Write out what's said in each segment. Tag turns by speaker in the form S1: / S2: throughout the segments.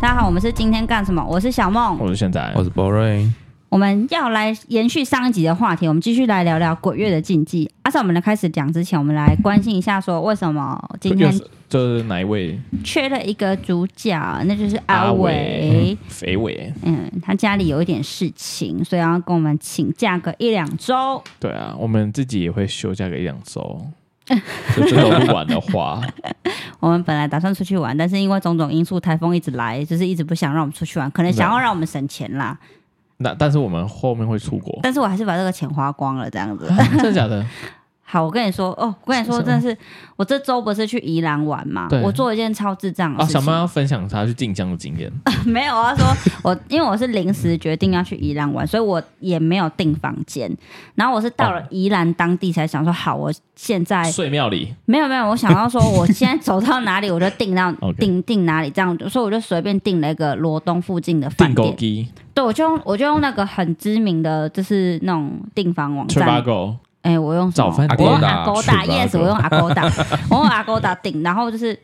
S1: 大家好，我们是今天干什么？我是小梦，
S2: 我是现在，
S3: 我是 Boring，
S1: 我们要来延续上一集的话题，我们继续来聊聊鬼月的禁忌。啊，在我们来开始讲之前，我们来关心一下，说为什么今
S2: 又
S1: 天
S2: 是这是哪一位？
S1: 缺了一个主角，那就是阿伟。
S2: 肥伟，
S1: 嗯，他家里有一点事情，所以要跟我们请假个一两周。
S2: 对啊，我们自己也会休假个一两周， 就真的不玩的话，
S1: 我们本来打算出去玩，但是因为种种因素，台风一直来，就是一直不想让我们出去玩，可能想要让我们省钱啦。
S2: 那但是我们后面会出 国，
S1: 但是我还是把这个钱花光了，这样子。
S2: 真的假的？
S1: 好，我跟你说，哦，我跟你说，
S2: 什么
S1: 真的是，我这周不是去宜兰玩嘛
S2: 对，
S1: 我做一件超智障的
S2: 啊，
S1: 事
S2: 小
S1: 情。
S2: 曼要分享她去晋江的经验，
S1: 没有啊，说我因为我是临时决定要去宜兰玩，所以我也没有订房间。然后我是到
S2: 哦
S1: 了宜兰当地才想说，好，我现在
S2: 睡庙里
S1: 没有没有，我想要说，我现在走到哪里我就订到
S2: OK
S1: 订订哪里，这样，所以我就随便订了一个罗东附近的饭
S2: 订购
S1: 店。
S2: 机
S1: 对，我就用我就用那个很知名的，就是那种订房网站。
S2: ，Trivago，
S1: 哎、我用什
S2: 找
S1: 么？
S2: 饭
S1: 我
S2: 店
S1: 用
S3: 啊
S1: Agoda
S3: Trivago
S1: Yes，我用 Agoda，我 用 Agoda 订，然后就是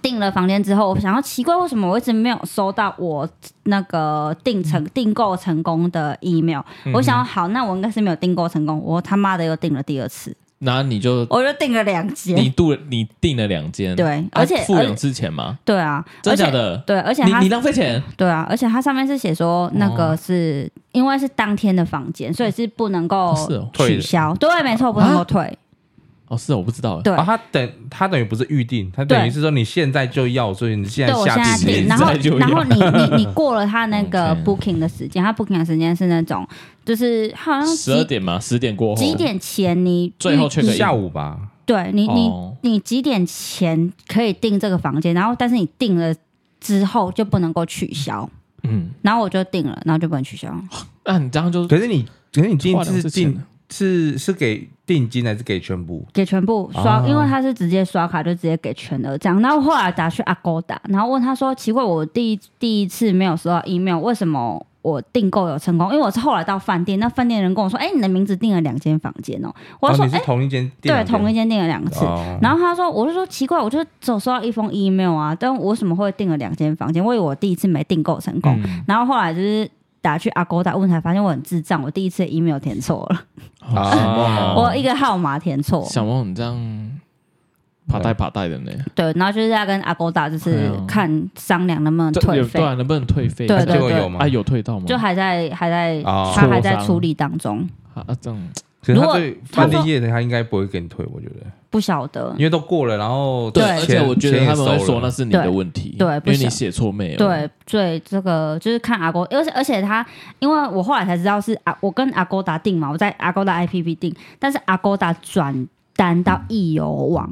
S1: 订了房间之后，我想要奇怪为什么我一直没有收到我那个订成订购成功的 email，、我想
S2: 嗯
S1: 要好，那我应该是没有订购成功，我他妈的又订了第二次，
S2: 然后你就
S1: 我就订了两
S2: 你
S1: 间，
S2: 度你订了两间，
S1: 对
S2: 啊，
S1: 而且
S2: 付
S1: 而
S2: 两次钱吗？
S1: 对啊，
S2: 真的假
S1: 而且
S2: 的？
S1: 对，而且
S2: 你
S1: 它
S2: 你哦浪费钱，
S1: 对啊，而且它上面是写说那个是、因为是当天的房间，所以是不能够
S2: 是哦啊
S3: 退
S1: 取
S3: 的
S1: 消，对，没错，不能够退，
S2: 哦，是哦我不知道，
S1: 对
S3: 啊，他等他等于不是预定，他等于
S1: 对
S3: 是说你现在就要，所以你现
S1: 对，
S3: 在
S1: 我
S3: 下
S1: 现在
S3: 定
S1: 停，
S2: 订
S3: 金
S1: 然后
S2: 现在就
S1: 然
S2: 要
S1: 后你你 你过了他那个
S3: OK
S1: booking 的时间，他 booking 的时间是那种，就是好像
S2: 十二
S1: 几
S2: 点嘛，十点过后，
S1: 啊几点前你
S2: 最后 check
S1: 你
S2: in
S3: 下午吧，
S1: 对你你
S2: 哦
S1: 你几点前可以订这个房间，然后但是你订了之后就不能够取消，
S2: 嗯，
S1: 然后我就订了，然后就不能取消，
S2: 那你这样就
S3: 可是你可是你今
S2: 花
S3: 天
S2: 两次
S3: 是
S2: 钱
S3: 定
S2: 了，
S3: 是是给定金还是给全部？
S1: 给全部刷，
S3: 啊
S1: 因为他是直接刷卡就直接给全额这样。然后后来打去阿勾达，然后问他说：“奇怪，我第一第一次没有收到 email，为什么我订购有成功？因为我是后来到饭店，那饭店人跟我说：‘哎、你的名字订了两间房间哦、我
S3: 哦
S1: 就，说
S3: 你：‘是
S1: 哎、
S3: 同一间店
S1: 对，
S3: 吗，
S1: 同一间订了两次。
S3: 哦
S1: 然后他说：‘我就说奇怪，我就只有收到一封 email 啊，但我为什么会订了两间房间？我以为我第一次没订购成功。
S2: 嗯
S1: 然后后来就是。打去阿勾达问才发现我很智障，我第一次的 email 填错了，
S2: 好
S3: 啊
S2: 小梦哦
S1: 我一个号码填错，
S2: 小梦，你这样爬带爬带的呢？
S1: 对，然后就是要跟阿勾达就是
S2: 对啊
S1: 看商量能不能
S2: 这
S1: 退
S2: 有
S1: 费
S2: 对，啊，能不能退费？
S1: 对
S3: 啊
S1: 对对哎
S3: 结果有吗
S2: 啊，？有退到吗？
S1: 就还在还在
S3: 哦
S1: 他还在
S2: 磋商
S1: 处理当中，
S2: 啊，这样
S3: 可是
S1: 如
S3: 他
S1: 果
S3: 对
S1: 他
S3: 饭
S1: 说
S3: 店业的他应该不会给你退，我觉得，
S1: 不晓得
S3: 因。为都过了，然后
S1: 对
S2: 而且
S3: 钱
S2: 我觉得
S3: 钱也
S2: 他们会
S3: 收
S2: 说
S3: 了
S2: 那是你的问题，
S1: 对对不
S2: 因为你
S1: 想
S2: 写错没有？
S1: 对，所以这个就是看阿勾，而且而且他，因为我后来才知道是阿，我跟阿勾达订嘛，我在阿勾达 IPP 订，但是阿勾达转单到易游网，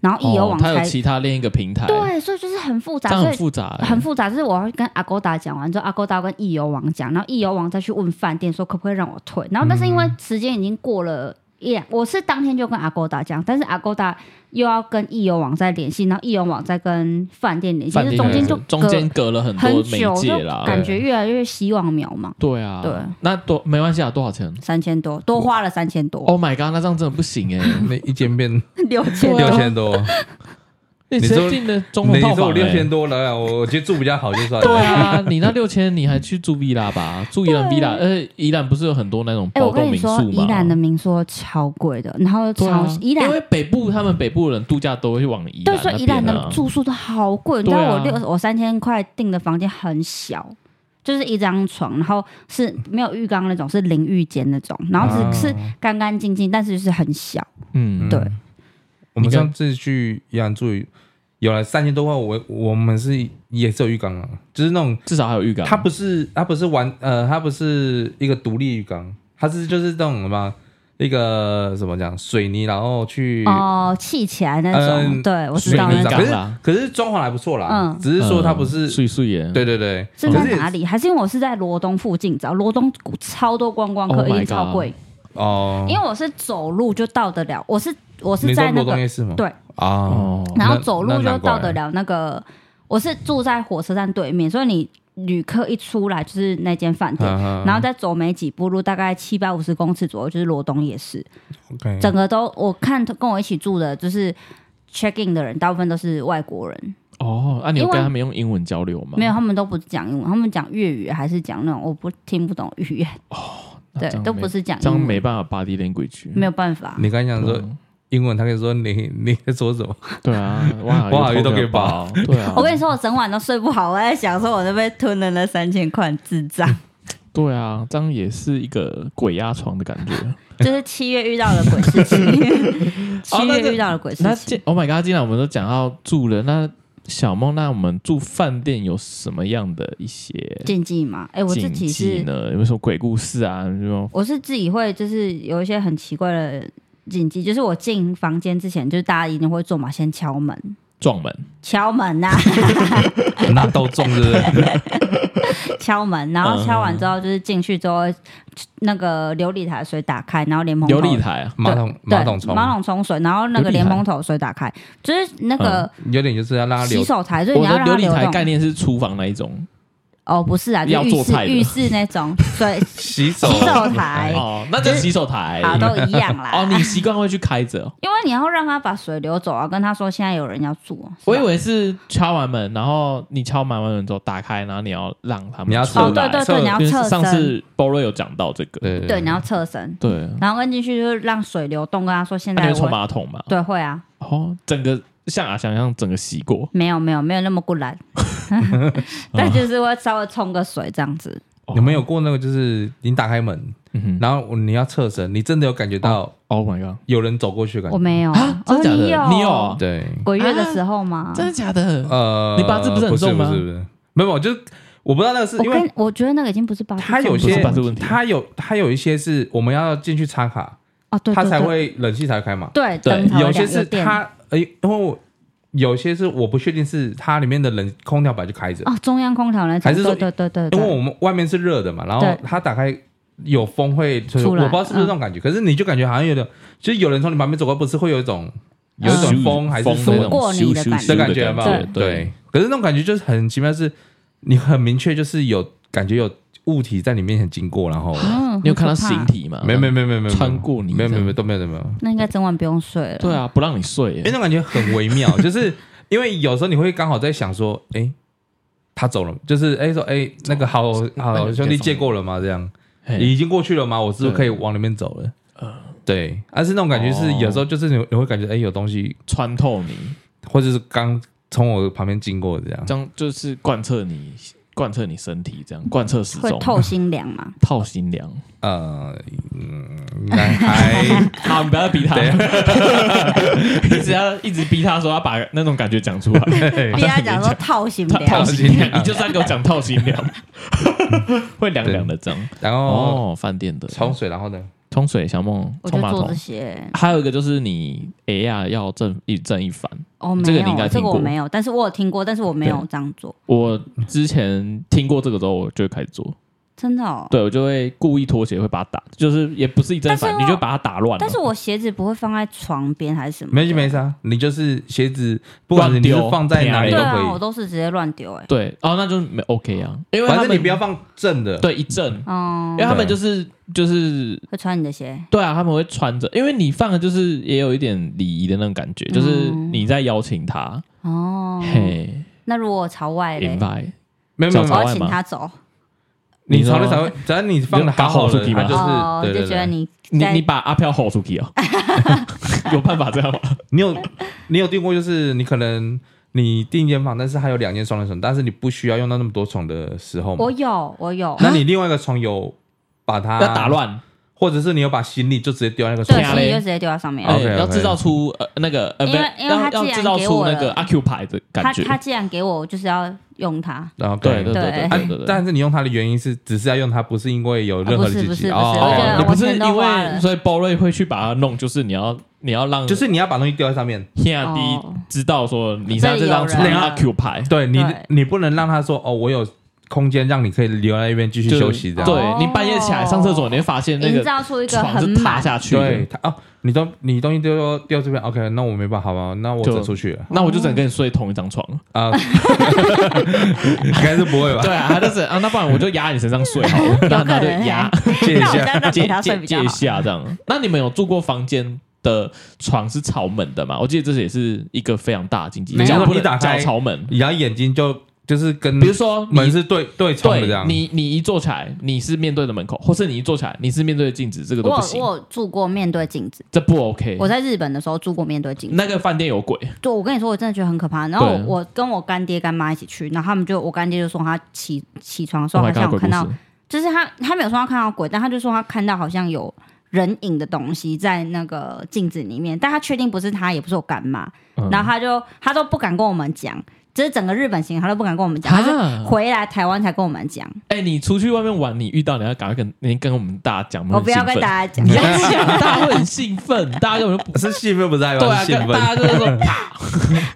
S1: 然后易游
S2: 嗯哦，
S1: 网
S2: 他有
S1: 才、
S2: 其他另一个平台，
S1: 对，所以就是很复杂，
S2: 这样
S1: 所以
S2: 很复杂欸，
S1: 很复杂，就是我要跟阿勾达讲完之后，阿勾达跟易游网讲，然后易游网再去问饭店说可不可以让我退，然后但是因为时间已经过了一两，我是当天就跟阿勾达讲，但是阿勾达又要跟易游网再联系，然后易游网再跟饭店联系，
S2: 饭
S1: 就是中间
S2: 店
S1: 就
S2: 的嗯中间隔了很
S1: 隔
S2: 多
S1: 很
S2: 媒
S1: 久，
S2: 介
S1: 就
S2: 啦。嗯
S1: 感觉越来越希望渺茫，
S2: 对啊，
S1: 对，
S2: 那多没关系啊，多少
S3: 哦
S2: 钱
S1: 三千多，多花了三千多，
S2: ？Oh my god，那这样真的不行哎！
S3: 那一间变
S1: 六千
S2: 啊
S3: 六
S1: 多。
S3: 千多，
S2: 你
S3: 你
S2: 直接
S3: 说
S2: 订的中
S3: 你
S2: 文套
S3: 说
S2: 房
S3: 我
S2: 欸
S3: 六千多了，我我觉得住比较好就算了。
S2: 对啊，你那六千你还去住 villa 吧？住宜兰 villa，而且宜兰不是有很多那种
S1: 哎、
S2: 包
S1: 我跟
S2: 栋
S1: 你
S2: 民
S1: 说，
S2: 宿吗？哦
S1: 宜兰的民宿超贵的，然后
S2: 对
S1: 超、
S2: 啊，
S1: 宜兰
S2: 因为北部他们北部人度假都会往宜兰
S1: 对，所以宜
S2: 那
S1: 兰
S2: 边
S1: 的
S2: 啊
S1: 住宿都好贵，你知
S2: 对
S1: 道
S2: 啊
S1: 我六我三千块订的房间很小，就是一张床，然后是没有浴缸那种，是淋浴间那种，然
S2: 啊
S1: 后只是干干净净，但是就是很小。
S2: 嗯，
S1: 对
S3: 我们
S2: 你跟
S3: 上次去宜兰住，有了三千多块，我我们是也是有浴缸啊，就是那种
S2: 至少还有浴缸。
S3: 它不是它不是玩呃，它不是一个独立浴缸，它是就是那种什么那个怎么讲水泥，然后去
S1: 哦，砌起来那种，
S3: 嗯
S1: 对我知
S3: 水
S1: 道那
S3: 泥
S2: 浴
S1: 种
S3: 缸，可
S2: 缸
S3: 是
S2: 啦
S3: 可是装潢还不错啦
S1: 嗯，
S3: 只是说它不是
S2: 碎碎耶，
S3: 对对对，
S1: 是
S3: 可
S1: 在
S3: 是
S1: 哪里？还是因为我是在罗东附近找？罗东超多观光客，
S2: Oh my
S1: 一定超贵，
S3: 哦，
S1: 因为我是走路就到得了，我是我是
S3: 你
S1: 在
S3: 说
S1: 那
S3: 罗
S1: 个
S3: 东夜市吗？
S1: 对嗯
S3: 啊
S2: 哦，
S1: 然后
S3: 那
S1: 走
S3: 那
S1: 路就
S3: 难怪
S1: 到得了那个。我是住在火车站对面，所以你旅客一出来就是那间饭店，
S3: 嗯
S1: 然后再走没几步路，大概七百五十公尺左右就是罗东夜市。
S3: ，OK，
S1: 整个都我看跟我一起住的，就是 check in 的人，大部分都是外国人，
S2: 哦，啊，你有
S1: 因为
S2: 跟他们用英文交流吗？
S1: 没有，他们都不讲英文，他们讲粤语还是讲那种我不听不懂语言，
S2: 那
S1: 对
S2: 这，样
S1: 都
S2: 啊没
S1: 不是讲
S2: 这样
S1: 英
S2: 没
S1: 文，
S2: 办法 body language。
S1: 没有办法。
S3: 你刚才讲说
S2: 对啊
S3: 英文，他可以说你你在说什么？
S2: 对啊，哇，
S3: 哇
S2: 有
S3: 有
S2: 头
S3: 都可以
S2: 包，对啊，
S1: 我跟你说，我整晚都睡不好，我在想说，我那边吞了那三千块，智障，
S2: 对啊，这样也是一个鬼压床的感觉。
S1: 就是七月遇到的鬼事情，七月遇到的鬼事
S2: 哦那
S1: 情。
S2: 既 Oh my God，既然我们都讲到住了，那小梦，那我们住饭店有什么样的一些
S1: 禁忌嘛，哎、我自
S2: 禁
S1: 己
S2: 忌
S1: 是，
S2: 呢？有没有什么鬼故事啊？有没有
S1: 我是自己会，就是有一些很奇怪的禁忌，就是我进房间之前，就是大家一定会做嘛，先敲门，
S2: 撞门？
S1: 敲门啊呐、
S3: 拿刀中是不是？
S1: 敲门，然后敲完
S2: 嗯
S1: 之后就是进去之后，那个琉璃台的水打开，然后莲蓬头
S2: 琉璃台啊？
S3: 马桶
S1: 对
S3: 马桶冲，
S1: 马桶冲水，然后那
S2: 琉璃
S1: 个
S2: 台嗯
S1: 莲蓬头的水打开，就是那个
S3: 有点就是要让它流
S1: 洗手台，所以
S2: 我
S1: 你
S2: 的
S1: 要让它
S2: 琉璃
S1: 流
S2: 台概
S1: 动。
S2: 念是厨房那一种
S1: 哦，不是啊，就
S2: 要
S1: 是
S2: 做
S1: 浴室
S2: 菜的
S1: 浴室那种 水
S3: 洗手哎
S1: 洗手台，
S2: 哦，那就是洗手台。
S1: 啊都一样啦。
S2: 哦，你习惯会去开着 哦。
S1: 因为你要让它把水流走啊，跟他说现在有人要做。是吧
S2: 我以为是敲完门，然后你敲完门之后打开，然后你要让他们
S3: 你要
S2: 出
S1: 哦，
S3: 侧
S1: 对
S2: 来。
S1: 对
S3: 侧
S1: 对，你要
S2: 就是
S1: 侧
S2: 上
S1: 身，
S2: 次 b o r o 有讲到这个，
S3: 对
S1: 对，你要侧身，
S2: 对，
S1: 然后跟进去就是让水流动，跟他说现
S2: 那你
S1: 在
S2: 会冲
S1: 我
S2: 马桶嘛？
S1: 对会啊，
S2: 哦，整个像啊想象整个洗过，
S1: 没有没有没有那么固然， 但就是会稍微冲个水这样子。
S3: 你们有过那个就是你打开门，
S2: 嗯哼
S3: 然后你要侧身，你真的有感觉到
S2: ，Oh my god，
S3: 有人走过去的感
S1: 哦我
S3: 觉？
S1: 没有，
S2: 啊真的假的
S1: 哦
S2: 你
S1: 你
S2: 有啊
S3: 对，
S1: 鬼月的时候吗？
S2: 真的假的？
S3: 呃，
S2: 你八字不是很重吗
S3: 不是不是不是，没有，就是我不知道那个是
S1: 我
S3: 因为
S1: 跟我觉得那个已经不是八字
S3: 它有
S1: 重
S2: 不是
S3: 些
S2: 八字问题
S3: 它有它有一些是我们要进去插卡，
S1: 哦，对，
S3: 它
S1: 对
S3: 才
S1: 对
S3: 会冷气才会开嘛。
S1: 对
S2: 对
S1: 灯头
S3: 有些
S1: 亮
S3: 是
S1: 电
S3: 它，哎，因为我有些是我不确定是它里面的冷空调本来就开着，
S1: 哦，中央空调那种，
S3: 还是说
S1: 对对对对，对
S3: 因为我们外面是热的嘛，然后
S1: 对
S3: 它打开有风会吹，
S1: 出
S3: 我不
S1: 来嗯
S3: 知道是不是那种感觉，可是你就感觉好像有点，就是有人从你旁边走过，不是会有一种有一种风还是什
S1: 那
S3: 么
S1: 种过你的感
S3: 的
S1: 觉
S3: 感觉吧？
S1: 对
S2: 对，
S3: 对，可是那种感觉就是很奇妙，是你很明确就是有感觉有物体在你面前经过，然后
S1: 嗯，
S2: 你有看到
S1: 很可怕
S2: 形？体吗？
S3: 没有没有没有没有没有
S2: 穿过你
S3: 没有没
S2: 这
S3: 有
S2: 样
S3: 没有都没有都没有，因
S1: 那应该整晚不用睡了。
S2: 对，啊，不让你睡耶
S3: 为那。种感觉很微 妙，就是因为有时候你会刚好在想说，哎。他走了，就是哎、说哎、那个好
S2: 那
S3: 好
S2: 个
S3: 兄弟
S2: 走了
S3: 借过了吗？这样，
S2: 嘿
S3: 已经过去了吗？我是不是可以往里面走了？对，但是那种感觉是
S2: 哦
S3: 有时候就是你你会感觉哎、有东西，
S2: 穿透你，
S3: 或者是刚从我旁边经过这样。
S2: 这样就是贯彻你，贯彻你身体，这样贯彻始
S1: 会
S2: 终，
S1: 透心凉嘛？
S2: 套心凉。
S3: 呃，嗯，应该还
S2: 好，你不要逼他， 一直要一直逼他说要把那种感觉讲出来，
S1: 逼他讲说套心
S2: 啊套套
S1: 凉，
S2: 心凉，你就是要给我讲套心 凉，会凉凉的这样。
S3: 然 后
S2: 哦，饭店的
S3: 冲水，然后呢？
S2: 冲水小梦
S1: 我就
S2: 冲马
S1: 做
S2: 桶
S1: 这，些。
S2: 还有一个就是你哎呀要正一正一反。
S1: 哦，
S2: 这
S1: 没
S2: 个你应该
S1: 有，这
S2: 听
S1: 个我
S2: 过
S1: 没有，但是我有听过，但是我没有
S2: 对
S1: 这样做，
S2: 我之前听过这个之后，我就会开始做，
S1: 真的哦。
S2: 对我就会故意脱鞋，会把它打，就是也不是一正
S1: 但
S2: 反，
S1: 是
S2: 你
S1: 我
S2: 就把它打乱了。
S1: 但是我鞋子不会放在床边还是什么的？
S3: 没事没事啊，你就是鞋子，不管是
S2: 乱
S3: 你
S2: 丢
S3: 是放在哪里
S1: 对
S3: 都
S1: 啊，我
S3: 可
S1: 都是直接乱丢哎。
S2: 对，哦，那就是没 OK 啊，因
S3: 以，
S2: 为
S3: 反
S2: 他
S3: 正你
S2: 们
S3: 不要放正的。
S2: 对一正，
S1: 哦
S2: 因为，他们
S3: 对
S2: 就是就是
S1: 会穿你的鞋，
S2: 对啊，他们会穿着，因为你放的就是也有一点礼仪的那种感觉，就是
S1: 嗯
S2: 你在邀请他，
S1: 哦，
S2: 嘿
S1: 那如果我朝外嘞，
S2: ，invite，
S3: 没有没有
S1: 我
S3: 没有，
S1: 要
S2: 外
S1: 请
S2: 吗
S1: 他走，
S3: 你朝里才会，只要你放的好好的，
S2: 你就
S3: 它
S2: 搞好
S1: 哦，
S3: 就是对
S1: 就
S3: 对
S1: 觉得
S3: 对。
S1: 你
S2: 你
S1: 在
S2: 你把阿飘吼出 去哦，有办法这样吗？
S3: 你有你有订过，就是你可能你订一间房，但是还有两间双人床，但是你不需要用到那么多床的时候
S1: 我
S3: 嘛？
S1: 有我有，
S3: 那你另外一个床有把它
S2: 要打，乱，
S3: 或者是你有把行李就直接丢在那个床
S1: 对，
S2: 天啊
S3: 上？
S1: 所以
S2: 嘞
S1: 你就直接丢在上面
S3: 哦
S1: 啊。
S2: 哎
S3: OK，OK
S2: 要制造出呃那个呃，
S1: 因
S2: 不
S1: 为
S2: 是
S1: 因为他
S2: 要要
S1: 既然
S2: 制造
S1: 给
S2: 出
S1: 我
S2: 那个
S1: 了
S2: occupy 的
S1: 他
S2: 感觉，
S1: 他既然给我，我就是要用它。
S3: 然后
S2: 对对对
S3: 对。
S2: 对
S1: 对
S3: 啊
S2: 对对，对。
S3: 但是你用它的原因是只是要用它，不是因为有任何的
S1: 啊不是
S3: 积
S1: 不
S3: 极
S1: 是不是我觉
S2: 哦，
S1: 得
S2: 你
S3: 哦，
S2: 不
S1: 我
S2: 是
S1: 钱都
S2: 因
S1: 花
S2: 为
S1: 了
S2: 所以包瑞会去把它弄，就是你要你要让
S3: 就是你要把东西丢在上面，
S2: 亚迪
S1: 哦
S2: 知道说你在这张床
S1: 这里有人
S2: occupy 牌，
S3: 对你
S1: 对
S3: 你不能让他说哦，我有空间让你可以留在那边继续
S2: 就是
S3: 休息这样。
S2: 对你半夜起来上厕所，你会发现那
S1: 哦营
S2: 个
S1: 造出一个
S2: 床
S1: 很
S2: 是塌
S1: 满，
S2: 下去
S3: 对
S2: 的。
S3: 他哦，你东你东西丢丢这边，OK，那我没办法好吧，那我
S2: 就
S3: 走出去了
S2: 那我就只能跟你睡同一张床。
S3: 啊，应该是不会吧？
S2: 对啊，他就是啊，那不然我就压你身上睡好了，那
S1: 有可
S2: 那就
S1: 能欸
S2: 压
S3: 借一
S1: 那我
S3: 下
S1: 这样让
S2: 借
S1: 给他睡
S2: 借
S1: 比
S2: 借
S1: 较
S2: 一
S1: 好。
S2: 下这样。那你们有住过房间的床是朝门的嘛？我记得这也是一个非常大的禁忌，
S1: 没有
S2: 脚不能
S3: 你打
S2: 脚
S3: 开
S2: 朝门。
S3: 然后眼睛就就是跟
S2: 比如说你
S3: 门是对对冲的这
S2: 对
S3: 样，
S2: 你，你一坐起来，你是面对的门口，或是你一坐起来，你是面对的镜子，这个都
S1: 我
S2: 不
S1: 有
S2: 行，
S1: 我有住过面对镜子，
S2: 这不 OK。
S1: 我在日本的时候住过面对镜子。
S2: 那个饭店有鬼，
S1: 就我跟你说，我真的觉得很可怕。然后
S2: 对啊
S1: 我我跟我干爹干妈一起去，然后他们就我干爹就说他起起床的时候
S2: 我
S1: 好
S2: 哦还
S1: 像
S2: 到
S1: 有
S2: 鬼
S1: 看
S2: 故
S1: 到，
S2: 事。
S1: 就是他他没有说他看到鬼，但他就说他看到好像有人影的东西在那个镜子里面，但他确定不是他，也不是我干妈。
S2: 嗯
S1: 然后他就他都不敢跟我们讲，就是整个日本行他都不敢跟我们讲，他是
S2: 啊
S1: 回来台湾才跟我们讲。
S2: 哎、你出去外面玩，你遇到你要赶快跟你跟我们大家讲，们
S1: 我
S2: 很
S1: 不要
S2: 兴
S1: 跟
S2: 奋
S1: 大家 讲
S2: 你，这样讲，大家会很兴奋，大家根本就不
S3: 是兴奋不是害
S2: 对
S3: 怕，
S2: 啊，
S3: 是兴
S2: 跟
S3: 奋。
S2: 大家就是 说啪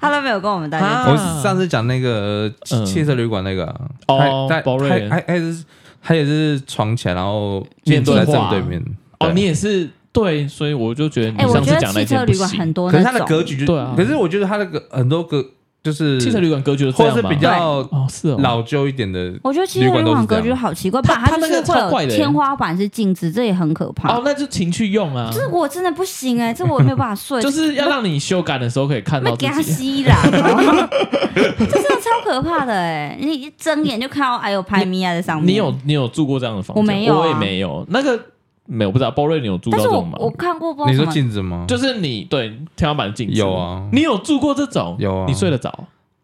S1: 他都没有跟我们大家
S2: 啊
S1: 讲。
S3: 我上次讲那个
S2: 嗯
S3: 汽车旅馆那个，
S2: 哦
S3: 他他
S2: Boring
S3: 他他也是他也是床前，然后
S2: 面对
S3: 镜子在
S2: 话
S3: 正对面。
S2: 哦，
S3: 对
S2: 你也是对，所以我就觉得你
S1: 哎、我
S2: 上
S1: 觉
S2: 次
S1: 得
S2: 讲那
S1: 汽车
S2: 件不
S1: 旅馆很
S2: 行。
S1: 多
S3: 可是
S1: 那
S3: 他的
S1: 种，
S3: 格局就
S2: 对啊
S3: 可是我觉得他的格很多格就是
S2: 汽车旅馆格局就这
S3: 或
S2: 样
S3: 是
S2: 吗
S3: 比较
S2: 哦是哦，
S3: 老旧一点的，
S1: 我觉得汽车旅馆格局好奇怪吧，
S2: 他他
S1: 就
S2: 那
S1: 是
S2: 个
S1: 会
S2: 超怪
S1: 有
S2: 的
S1: 天花板是镜子，这也很可怕。
S2: 哦，那就情趣用啊，
S1: 这我真的不行 哎、这我没有办法睡，
S2: 就是要让你修改的时候可以看到
S1: 没给他
S2: 自己。
S1: 吸啦，这 真的超可怕的哎、你一睁眼就看到哎呦拍咪呀在上面。
S2: 你有你有住过这样的房间？
S1: 我没有啊
S2: 我也没有。那个没有，我不知道包瑞你有住到
S1: 但
S2: 这
S1: 是我
S2: 种吗？
S1: 我看过，不
S3: 你
S1: 知道
S3: 说
S1: 什么，
S3: 镜子吗？
S2: 就是你对天花板的镜子
S3: 有啊
S2: 你有住过这种？
S3: 有啊
S2: 你睡得着？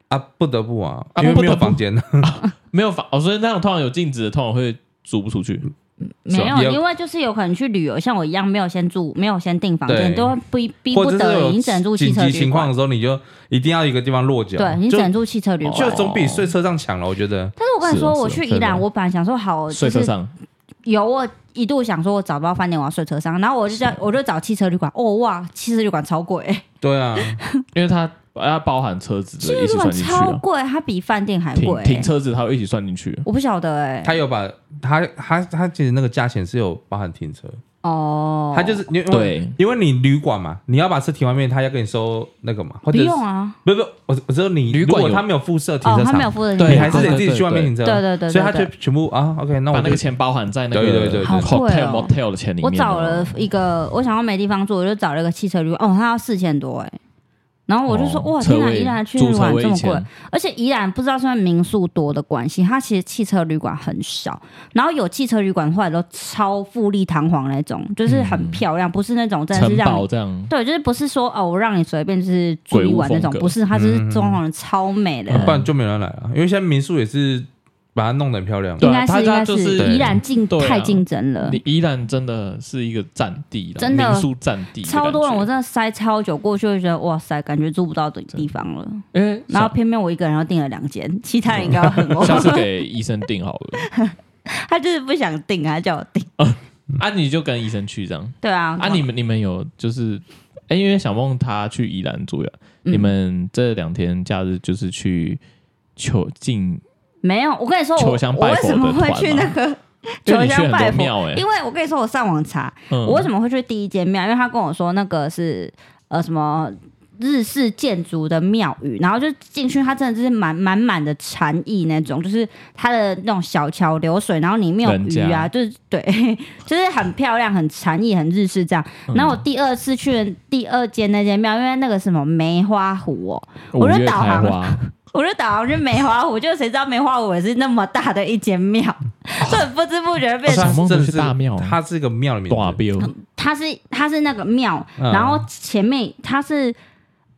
S3: 啊，不得不啊，
S2: 啊
S3: 因为
S2: 不
S3: 没
S2: 得
S3: 有
S2: 不
S3: 房间，
S2: 没有房哦，所以那种通常有镜子的，通常会租不出去。
S1: 没
S3: 是
S1: 有，
S3: 吧
S1: 因为就是有可能去旅游，像我一样没有先住，没有先订房间，
S3: 对
S1: 都会逼逼
S3: 或
S1: 不
S3: 者
S1: 得
S3: 是
S1: 已，
S3: 有
S1: 你只能住汽
S3: 紧
S1: 车
S3: 急
S1: 旅
S3: 情况
S1: 馆
S3: 的。时候，你就一定要一个地方落脚，
S1: 对你只
S3: 就
S1: 能住汽车旅
S2: 哦
S1: 馆
S3: 就。总比睡车上强了，我觉得。
S1: 但是我跟你
S2: 是哦
S1: 说，我
S2: 是哦
S1: 去
S2: 对
S1: 宜兰，
S2: 对
S1: 我本来想说好，哦就
S2: 睡车
S1: 是
S2: 上，
S1: 有我一度想说，我找不到饭店，我要睡车上，然后我就叫我就找汽车旅馆。哦哇，汽车旅馆超贵、
S3: 对啊，
S2: 因为它它包含车子
S1: 汽车
S2: 的一
S1: 旅
S2: 起
S1: 馆
S2: 算进去
S1: 超
S2: 啊，
S1: 贵，它比饭店还贵、欸
S2: 停停车子它会一起算进去。
S1: 我不晓得哎、
S3: 他有把他他他其实那个价钱是有包含停车，
S1: 哦，
S3: 他就是因为
S2: 对
S3: 因为你旅馆嘛，你要把车停外面，他要跟你收那个嘛，或
S1: 不
S3: 者是
S1: 用啊，
S3: 不不，我我知道你
S2: 旅
S3: 如
S2: 馆
S3: 果
S2: 有
S3: 他没有附设停
S1: 哦
S3: 车，
S1: 他没有
S3: 场，
S1: 付的，
S2: 对
S3: 你还是
S2: 对
S3: 得
S2: 对
S3: 自己去外面停车，
S1: 对对对
S3: 所以他
S1: 对
S3: 就全部啊，OK，那
S2: 把
S3: 我
S2: 那
S3: 就
S2: 个钱包含在那
S3: 对对对
S2: 个
S3: 对
S1: 好贵
S2: hotel
S1: 哦
S2: motel 的钱里面。
S1: 我找了，一个，我想要没地方住，我就找了一个汽车旅馆，哦，它要四千多哎、然后我就说，
S2: 哦
S1: 哇，
S2: 车
S1: 天哪，
S2: 位
S1: 宜兰去
S2: 住
S1: 旅
S2: 车
S1: 馆
S2: 位
S1: 这么
S2: 一千
S1: 贵，而且宜兰不知道是不是民宿多的关系，它其实汽车旅馆很少，然后有汽车旅馆后来都超富丽堂皇那种，就是很漂亮，不是那种真的是
S2: 城
S1: 让你
S2: 堡这样，
S1: 对，就是不是说哦，我让你随便就是住
S2: 鬼
S1: 一
S2: 屋
S1: 晚那
S2: 风
S1: 种，
S2: 格嗯
S1: 不是，它就是装潢的超美的，
S3: 不然就没人来了，因为现在民宿也是把它弄得很漂亮，
S2: 对
S1: 应
S2: 啊
S1: 该是
S2: 它
S1: 应
S2: 它
S1: 该
S2: 就是是
S1: 宜兰竞
S2: 对啊
S1: 太竞争了，
S2: 你宜兰真的是一个占地啦，
S1: 真的
S2: 民宿占地，
S1: 超多人，我。真的塞超久过去，就觉得哇塞，感觉住不到的地方了。
S2: 哎，
S1: 然后
S2: 下
S1: 偏偏我一个人要订了两间，其他人应该会 很
S2: 下次
S1: 饿，
S2: 给医生订好了，
S1: 他就是不想订，他叫我订。
S2: 啊，你就跟医生去这样。
S1: 对啊，
S2: 啊，你们你们有就是，哎，因为小梦她去宜兰住呀，
S1: 嗯
S2: 你们这两天假日就是去求进，
S1: 没有？我跟你说，我
S2: 求香
S1: 我
S2: 拜
S1: 为
S2: 佛
S1: 什么
S2: 的
S1: 会
S2: 团
S1: 去
S2: 嘛
S1: 那个
S2: 因 为
S1: 求
S2: 你去
S1: 香
S2: 很
S1: 拜
S2: 多
S1: 佛？
S2: 庙哎，
S1: 因为我跟你说，我上网查，
S2: 嗯
S1: 我为什么会去第一间庙？因为他跟我说那个是呃什么日式建筑的庙宇，然后就进去，它真的就是满满满的禅意那种，就是它的那种小桥流水，然后里面有鱼
S2: 人
S1: 啊，
S2: 家
S1: 就是对， 就是很漂亮、很禅意、很日式这样。
S2: 嗯
S1: 然后我第二次去的第二间那间庙，因为那个什么梅花湖哦，
S2: 五
S1: 我就
S2: 月
S1: 导
S2: 开
S1: 航
S2: 花，
S1: 我就导航去梅花湖，就谁知道梅花湖也是那么大的一间 庙，所以不知不觉变
S2: 小
S1: 成
S2: 梦
S3: 真
S2: 真的
S3: 的
S2: 是大庙啊
S3: 它是一个庙的名
S2: 大
S3: 字，
S2: 庙，
S1: 它是它是那个庙，
S3: 嗯
S1: 然后前面它是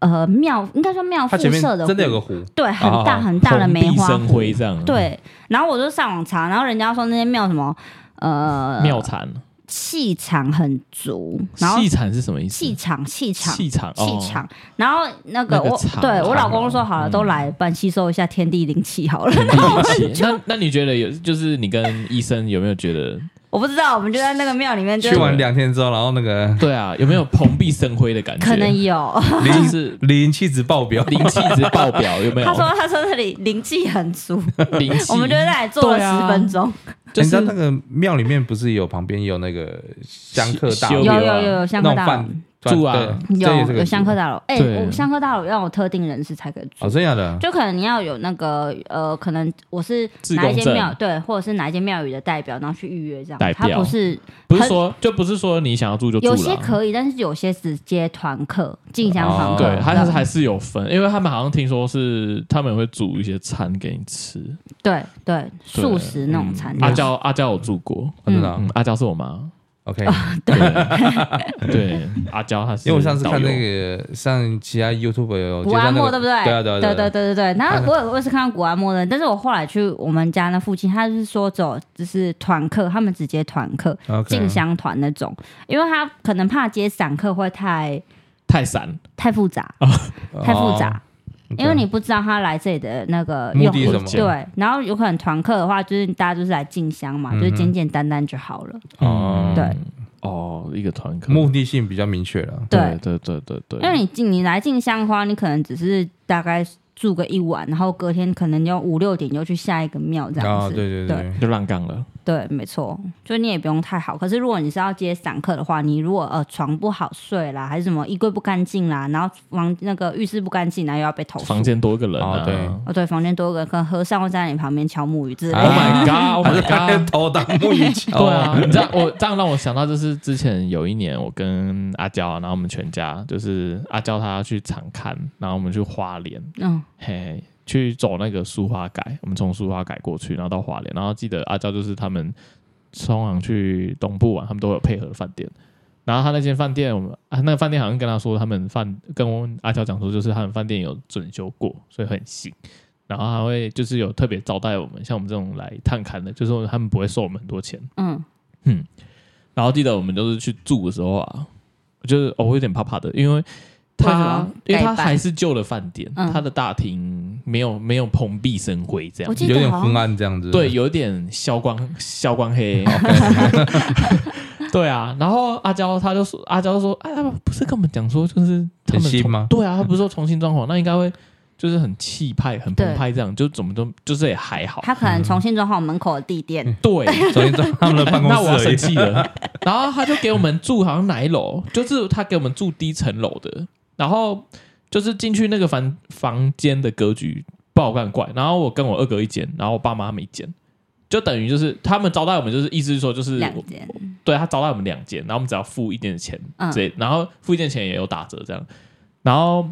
S1: 呃庙，应该说庙
S3: 它
S1: 附
S3: 前面
S1: 设的湖，
S3: 真的有个湖，
S1: 对很
S3: 哦
S1: 大
S3: 哦
S1: 很大的
S2: 蓬
S1: 梅
S2: 荜
S1: 花
S2: 生
S1: 湖，
S2: 辉这样，，
S1: 对。然后我就上网查，然后人家说那些庙什么呃
S2: 嗯庙产，
S1: 气场很足，然后
S2: 戏产是什么意思？
S1: 气场气场。
S2: 气场，
S1: 气
S2: 哦
S1: 场，然后那个
S2: 那个
S1: 我
S2: 场
S1: 对我老
S2: 场
S1: 公说好了，
S3: 嗯
S1: 都来，不然吸收一下天地灵气 好了。然后我
S2: 气那那你觉得有就是你跟医生有没有觉得
S1: 我不知道，我们就在那个庙里面，就
S3: 去完两天之后，然后那个
S2: 对啊有没有蓬荜生辉的感觉？
S1: 可能有。
S2: 就是
S3: 灵气值爆表，
S2: 灵气值爆表有没有？
S1: 他说他说这里灵气很 足，
S2: 灵气，
S1: 我们就在那里坐了
S2: 对啊
S1: 十分钟。
S2: 就
S3: 哎你知道
S2: 是
S3: 那个庙里面不是有旁边有那个香客大
S2: 修
S1: 有
S2: 有
S1: 有
S2: 啊
S1: 有有香
S3: 那
S1: 客
S3: 种
S1: 大楼
S3: 饭
S2: 住啊
S3: 对这也
S1: 有
S3: 是个
S1: 有香客大楼，哎、
S2: 对
S1: 我香客大楼要有特定人士才可以住
S3: 哦，，真假的？
S1: 就可能你要有那个呃，可能我是
S2: 自
S1: 哪一
S2: 贡
S1: 间
S2: 证
S1: 庙对，或者是哪一间庙宇的代表，然后去预约这样
S2: 代。
S1: 他
S2: 表
S1: 不是
S2: 不是说就不是说你想要住就住了
S1: 有
S2: 啊，
S1: 些可以，但是有些只接团客进香团
S3: 哦
S1: 客。
S2: 对，
S3: 嗯
S2: 他还是还是有分，因为他们好像听说是他们也会煮一些餐给你吃，
S1: 对对
S2: 对
S1: 素食那种餐
S2: 嗯阿
S1: 厅。
S2: 娇阿娇有住过，
S3: 哦真的啊
S2: 嗯，阿娇是我妈，
S3: ？OK，
S1: 哦
S2: 对对， 阿娇她是
S3: 因为我上次看
S2: 导游
S3: 那个上其他 YouTube 有
S1: 古
S3: 介绍
S1: 阿
S3: 那
S1: 莫
S3: 个
S1: 对不对？
S3: 对啊对
S1: 对
S3: 啊对啊
S1: 对对对对然
S3: 他
S1: 后我有我也是看到古阿莫的，但是我后来去我们家那附近，他是说走就是团客，他们只接团客
S3: OK
S1: 进香团那种，因为他可能怕接散客会太
S2: 太散，
S1: 太复杂，
S3: 哦
S1: 太复杂。因为你不知道他来这里的那个
S3: 目
S1: 用
S3: 的
S1: 意
S3: 是什么
S1: 对，然后有可能团客的话，就是大家就是来进香嘛，就是
S3: 嗯哼
S1: 简简单单就好了。
S3: 哦
S2: 嗯
S1: 对
S2: 哦，一个团客，
S3: 目的性比较明确了。
S1: 对，
S2: 对对对对，
S1: 因为你进你来进香的话，你可能只是大概住个一晚，然后隔天可能要五六点又去下一个庙这样
S3: 啊，
S1: 子。
S3: 对对
S1: 对
S3: 对，
S2: 就浪杠了，
S1: 对没错，就你也不用太好。可是如果你是要接散客的话，你如果呃床不好睡啦，还是什么衣柜不干净啦，然后房那个浴室不干净，然后又要被投诉。
S2: 房间多一个人
S3: 哦
S2: 啊，
S3: 对
S1: 哦，对，房间多个，可能和尚会在你旁边敲木鱼之类的。
S2: ，Oh
S3: 啊
S2: my God，Oh my God。
S3: 头当木鱼桥
S2: 对啊，你知道我这样让我想到，就是之前有一年我跟阿娇啊，然后我们全家就是阿娇她去长看，然后我们去花莲，
S1: 嗯，
S2: 嘿，去走那个苏花改，我们从苏花改过去，然后到花莲，然后记得阿娇就是他们通常去东部啊玩，他们都有配合的饭店。然后他那间饭店，我们啊，那个饭店好像跟他说，他们饭跟我阿娇讲说，就是他们饭店有整修过，所以很新。然后他会就是有特别招待我们，像我们这种来探勘的，就是他们不会收我们很多钱。
S1: 嗯，
S2: 然后记得我们就是去住的时候啊，就是、哦、我有点怕怕的，因为
S1: 为什
S2: 他
S1: 么
S2: 因为
S1: 盖
S2: 他
S1: 板
S2: 还是旧的饭店，
S1: 嗯
S2: 他的大厅没有没有蓬荜生辉这
S1: 我
S2: 样，
S1: 记
S3: 有
S1: 得
S3: 点
S1: 好像
S3: 昏暗这样子。
S2: 对，，有点消光消光黑。 对啊，然后阿娇他就说，阿娇就说，哎，他不是跟我们讲说，就是他
S3: 很
S2: 们
S3: 新
S2: 重
S3: 吗
S2: 对啊，他不是说重新装潢，那应该会就是很气派、很
S1: 对
S2: 澎湃这样，就怎么都就是也还好。
S1: 他可能重新装好门口的地垫，
S2: 对，
S3: 昨天在他们的办 公
S2: 那我要
S3: 室而
S2: 生
S3: 已。
S2: 气 了。然后他就给我们住好像哪一楼，就是他给我们住低层楼的，然后就是进去那个房房间的格局爆干怪。然后我跟我二哥一间，然后我爸妈他们一间，就等于就是他们招待我们，就是意思是说就是
S1: 两间，
S2: 对他招待我们两间，然后我们只要付一点钱，
S1: 嗯
S2: 这、然后付一点钱也有打折这样。然后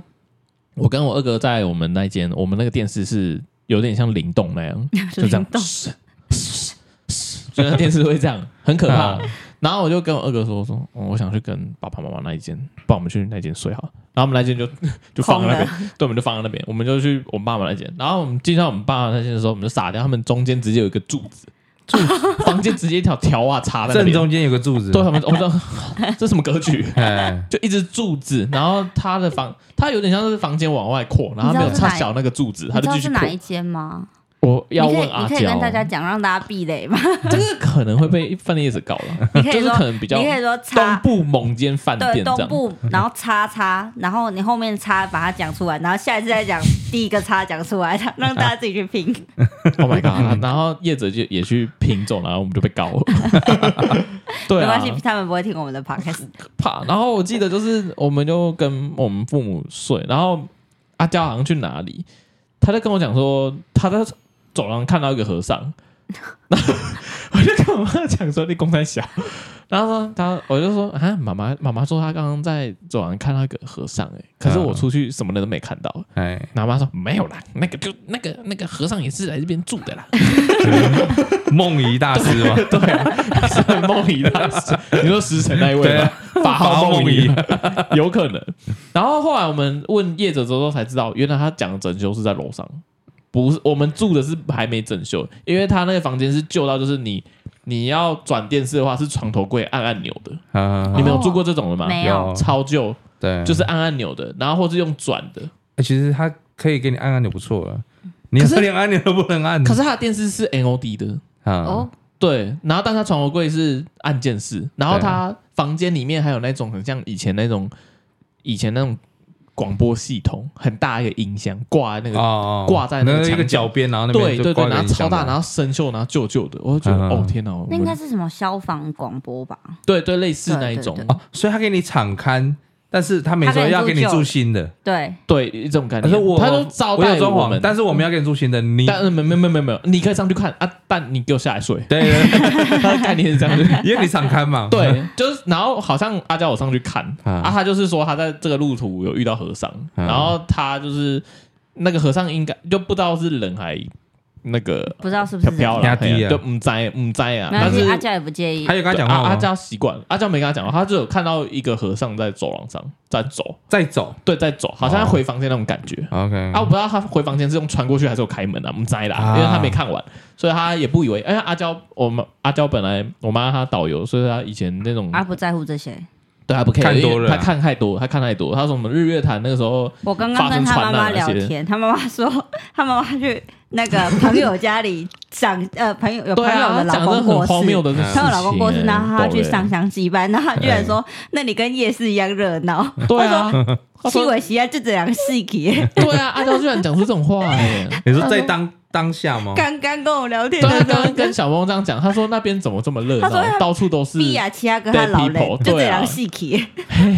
S2: 我跟我二哥在我们那一间，我们那个电视是有点像灵动那样，就这样，嘶嘶嘶就那电视会这样， 很可怕。
S1: 嗯
S2: 然后我就跟我二哥说：“我说、哦我想去跟爸爸妈妈那一间，不然我们去那间睡好。”然后我们那间就 就放在那边，对，我们就放在那边，我们就去我们爸妈那间。然后我们进到我们爸妈那间的时候，我们就傻掉，他们中间直接有一个柱子，柱房间直接一条条啊插在那
S3: 正
S2: 边。
S3: 中间有个柱子，
S2: 对他们，我说这什么格局？
S3: 哎，
S2: 就一只柱子，然后他的房，他有点像是房间往外扩，然后他没有插小那个柱子，他
S1: 你知
S2: 就
S1: 道
S2: 继续
S1: 是
S2: 扩
S1: 哪。一间吗？
S2: 我要
S1: 你可
S2: 问
S1: 以，你
S2: 阿
S1: 可以
S2: 娇啊
S1: 跟，大家讲，让大家避雷嘛。
S2: 这个可能会被饭店业者搞了，
S1: 你可
S2: 就
S1: 以
S2: 是
S1: 说，
S2: 可能比
S1: 你
S2: 较
S1: 可以说
S2: 东
S1: 叉，
S2: 部某间饭
S1: 对，
S2: 店这
S1: 东
S2: 样。嗯
S1: 部，然后叉叉，然后你后面叉把它讲出来，然后下一次再讲第一个叉讲出来， 让大家自己去拼。
S2: Oh my god！然后业者就也去品种，然后我们就被告了。 对
S1: 没
S2: 啊
S1: 关，系，他们不会听我们的 podcast。
S2: 怕。然后我记得就是，我们就跟我们父母睡，然后阿娇好像去哪里，他就跟我讲说，他在走廊看到一个和尚， 然后我就跟我妈讲说，你公山小。然后呢，他我就说啊，妈妈，妈妈说她刚刚在走廊看到一个和尚、欸，可是我出去什么人都没看到。
S3: 哎，
S2: 然后妈说没有啦，那个就那个那个和尚也是来这边住的啦，
S3: 梦遗大师嘛，
S2: 对啊，是梦遗大师。你说石城那一位
S3: 对
S2: 吗
S3: 啊？
S2: 法号梦遗
S3: 法，
S2: 有可能。然后后来我们问业者之后才知道，原来他讲的整修是在楼上，不是我们住的是还没整修，因为他那个房间是旧到就是你你要转电视的话是床头柜按按钮的，
S3: 啊
S2: 你们有住过这种的吗？
S1: 没
S3: 有
S2: 超旧，
S3: 对，
S2: 就是按按钮的，然后或是用转的。
S3: 欸其实它可以给你按按钮，不错了。你要
S2: 嗯可是
S3: 连按钮都不能按，
S2: 可
S3: 是
S2: 是他的电视是 NOD 的，
S3: 啊
S1: 哦，，
S2: 对，然后但他床头柜是按键式，然后
S3: 对
S2: 他房间里面还有那种很像以前那种以前那种广播系统，很大一个音箱挂在那
S3: 哦
S2: 个，
S3: 哦
S2: 挂在那
S3: 那
S2: 个
S3: 一
S2: 墙
S3: 个
S2: 角
S3: 角边，然后那边
S2: 对
S3: 就
S2: 对
S3: 挂
S2: 对，
S3: 一个
S2: 然后
S3: 音箱
S2: 超大，
S3: 嘛
S2: 然后生锈，然后旧旧的，我就觉得
S3: 嗯
S2: 哦天哪，我
S1: 那应该
S2: 们
S1: 是什么消防广播吧？
S2: 对对类似
S1: 对
S2: 那一
S1: 对
S2: 种
S1: 对，
S3: 哦，所以它给你敞开，但是他没
S1: 他
S3: 说
S1: 跟你
S3: 要给你
S1: 住旧
S3: 住
S1: 的
S3: 新的，
S1: 对，
S2: 对这种感
S3: 他
S2: 觉
S3: 说，我
S2: 他都招
S3: 我有
S2: 待
S3: 装
S2: 我
S3: 潢
S2: 们，，
S3: 但是我们要给你住新的，你，
S2: 但呃没没没没没有，你可以上去看啊，但你给我下来睡
S3: 对对 对，
S2: 他的概念 是这样子。
S3: 因为你常看嘛，
S2: 对，就是然后好像阿娇我上去看
S3: 啊
S2: 啊，他就是说他在这个路途有遇到和尚，
S3: 啊
S2: 然后他就是那个和尚应该就不知道是人还那个
S1: 不知道是不
S2: 飘
S1: 是这样
S2: 飘
S3: 压
S2: 了，
S3: 低啊
S2: 嘿啊就唔栽唔栽啊，
S1: 没
S2: 但
S1: 关
S2: 是
S1: 系，阿娇也不介意
S3: 还。有跟他
S2: 对啊
S3: 讲
S2: 阿
S3: 话哦
S2: 阿
S3: 吗？
S2: 娇习惯了，阿娇没跟他讲话，他就有看到一个和尚在走廊上在走，
S3: 再走
S2: 对，在走，好
S3: 哦
S2: 像在回房间那种感觉。
S3: ，OK，
S2: 啊，我不知道他回房间是用穿过去还是有开门啊，我们摘啦，
S3: 啊
S2: 因为他没看完，所以他也不以为。哎，阿娇，我们阿娇本来我妈她导游，所以她以前那种、
S1: 阿不在乎这些，
S2: 对她不 care，
S3: 看多
S2: 因为
S3: 了啊
S2: 她看太多，她看太多，她说我们日月潭那个时候
S1: 我刚刚跟他妈妈聊
S2: 发生传染那
S1: 天，他妈妈说， 他妈妈去那个朋友家里长， 呃，朋友有朋
S2: 对
S1: 友
S2: 啊，
S1: 的
S2: 她
S1: 老
S2: 讲
S1: 公
S2: 的
S1: 过
S2: 很
S1: 世，
S2: 荒谬的事情，
S1: 她有老公过世，
S2: 哎
S1: 然后她去，上
S2: 爆
S1: 香祭拜，然后她居然说：“那你跟夜市一样热闹。
S2: 雷对啊，她
S1: 七
S2: 说
S1: 尾西啊，就这两个细节。
S2: 对啊，阿娇居然讲出这种 话哎、
S3: 你说在当当下吗？
S1: 刚刚跟我聊天
S2: 对啊，
S1: 的时
S2: 刚
S1: 候
S2: 刚，跟小梦这样讲，她说那边怎么这么热
S1: 她说
S2: 闹，到处都是
S1: 比亚奇亚跟他老人
S2: Dead people，
S1: 就这
S2: 对啊
S1: 两个细 节，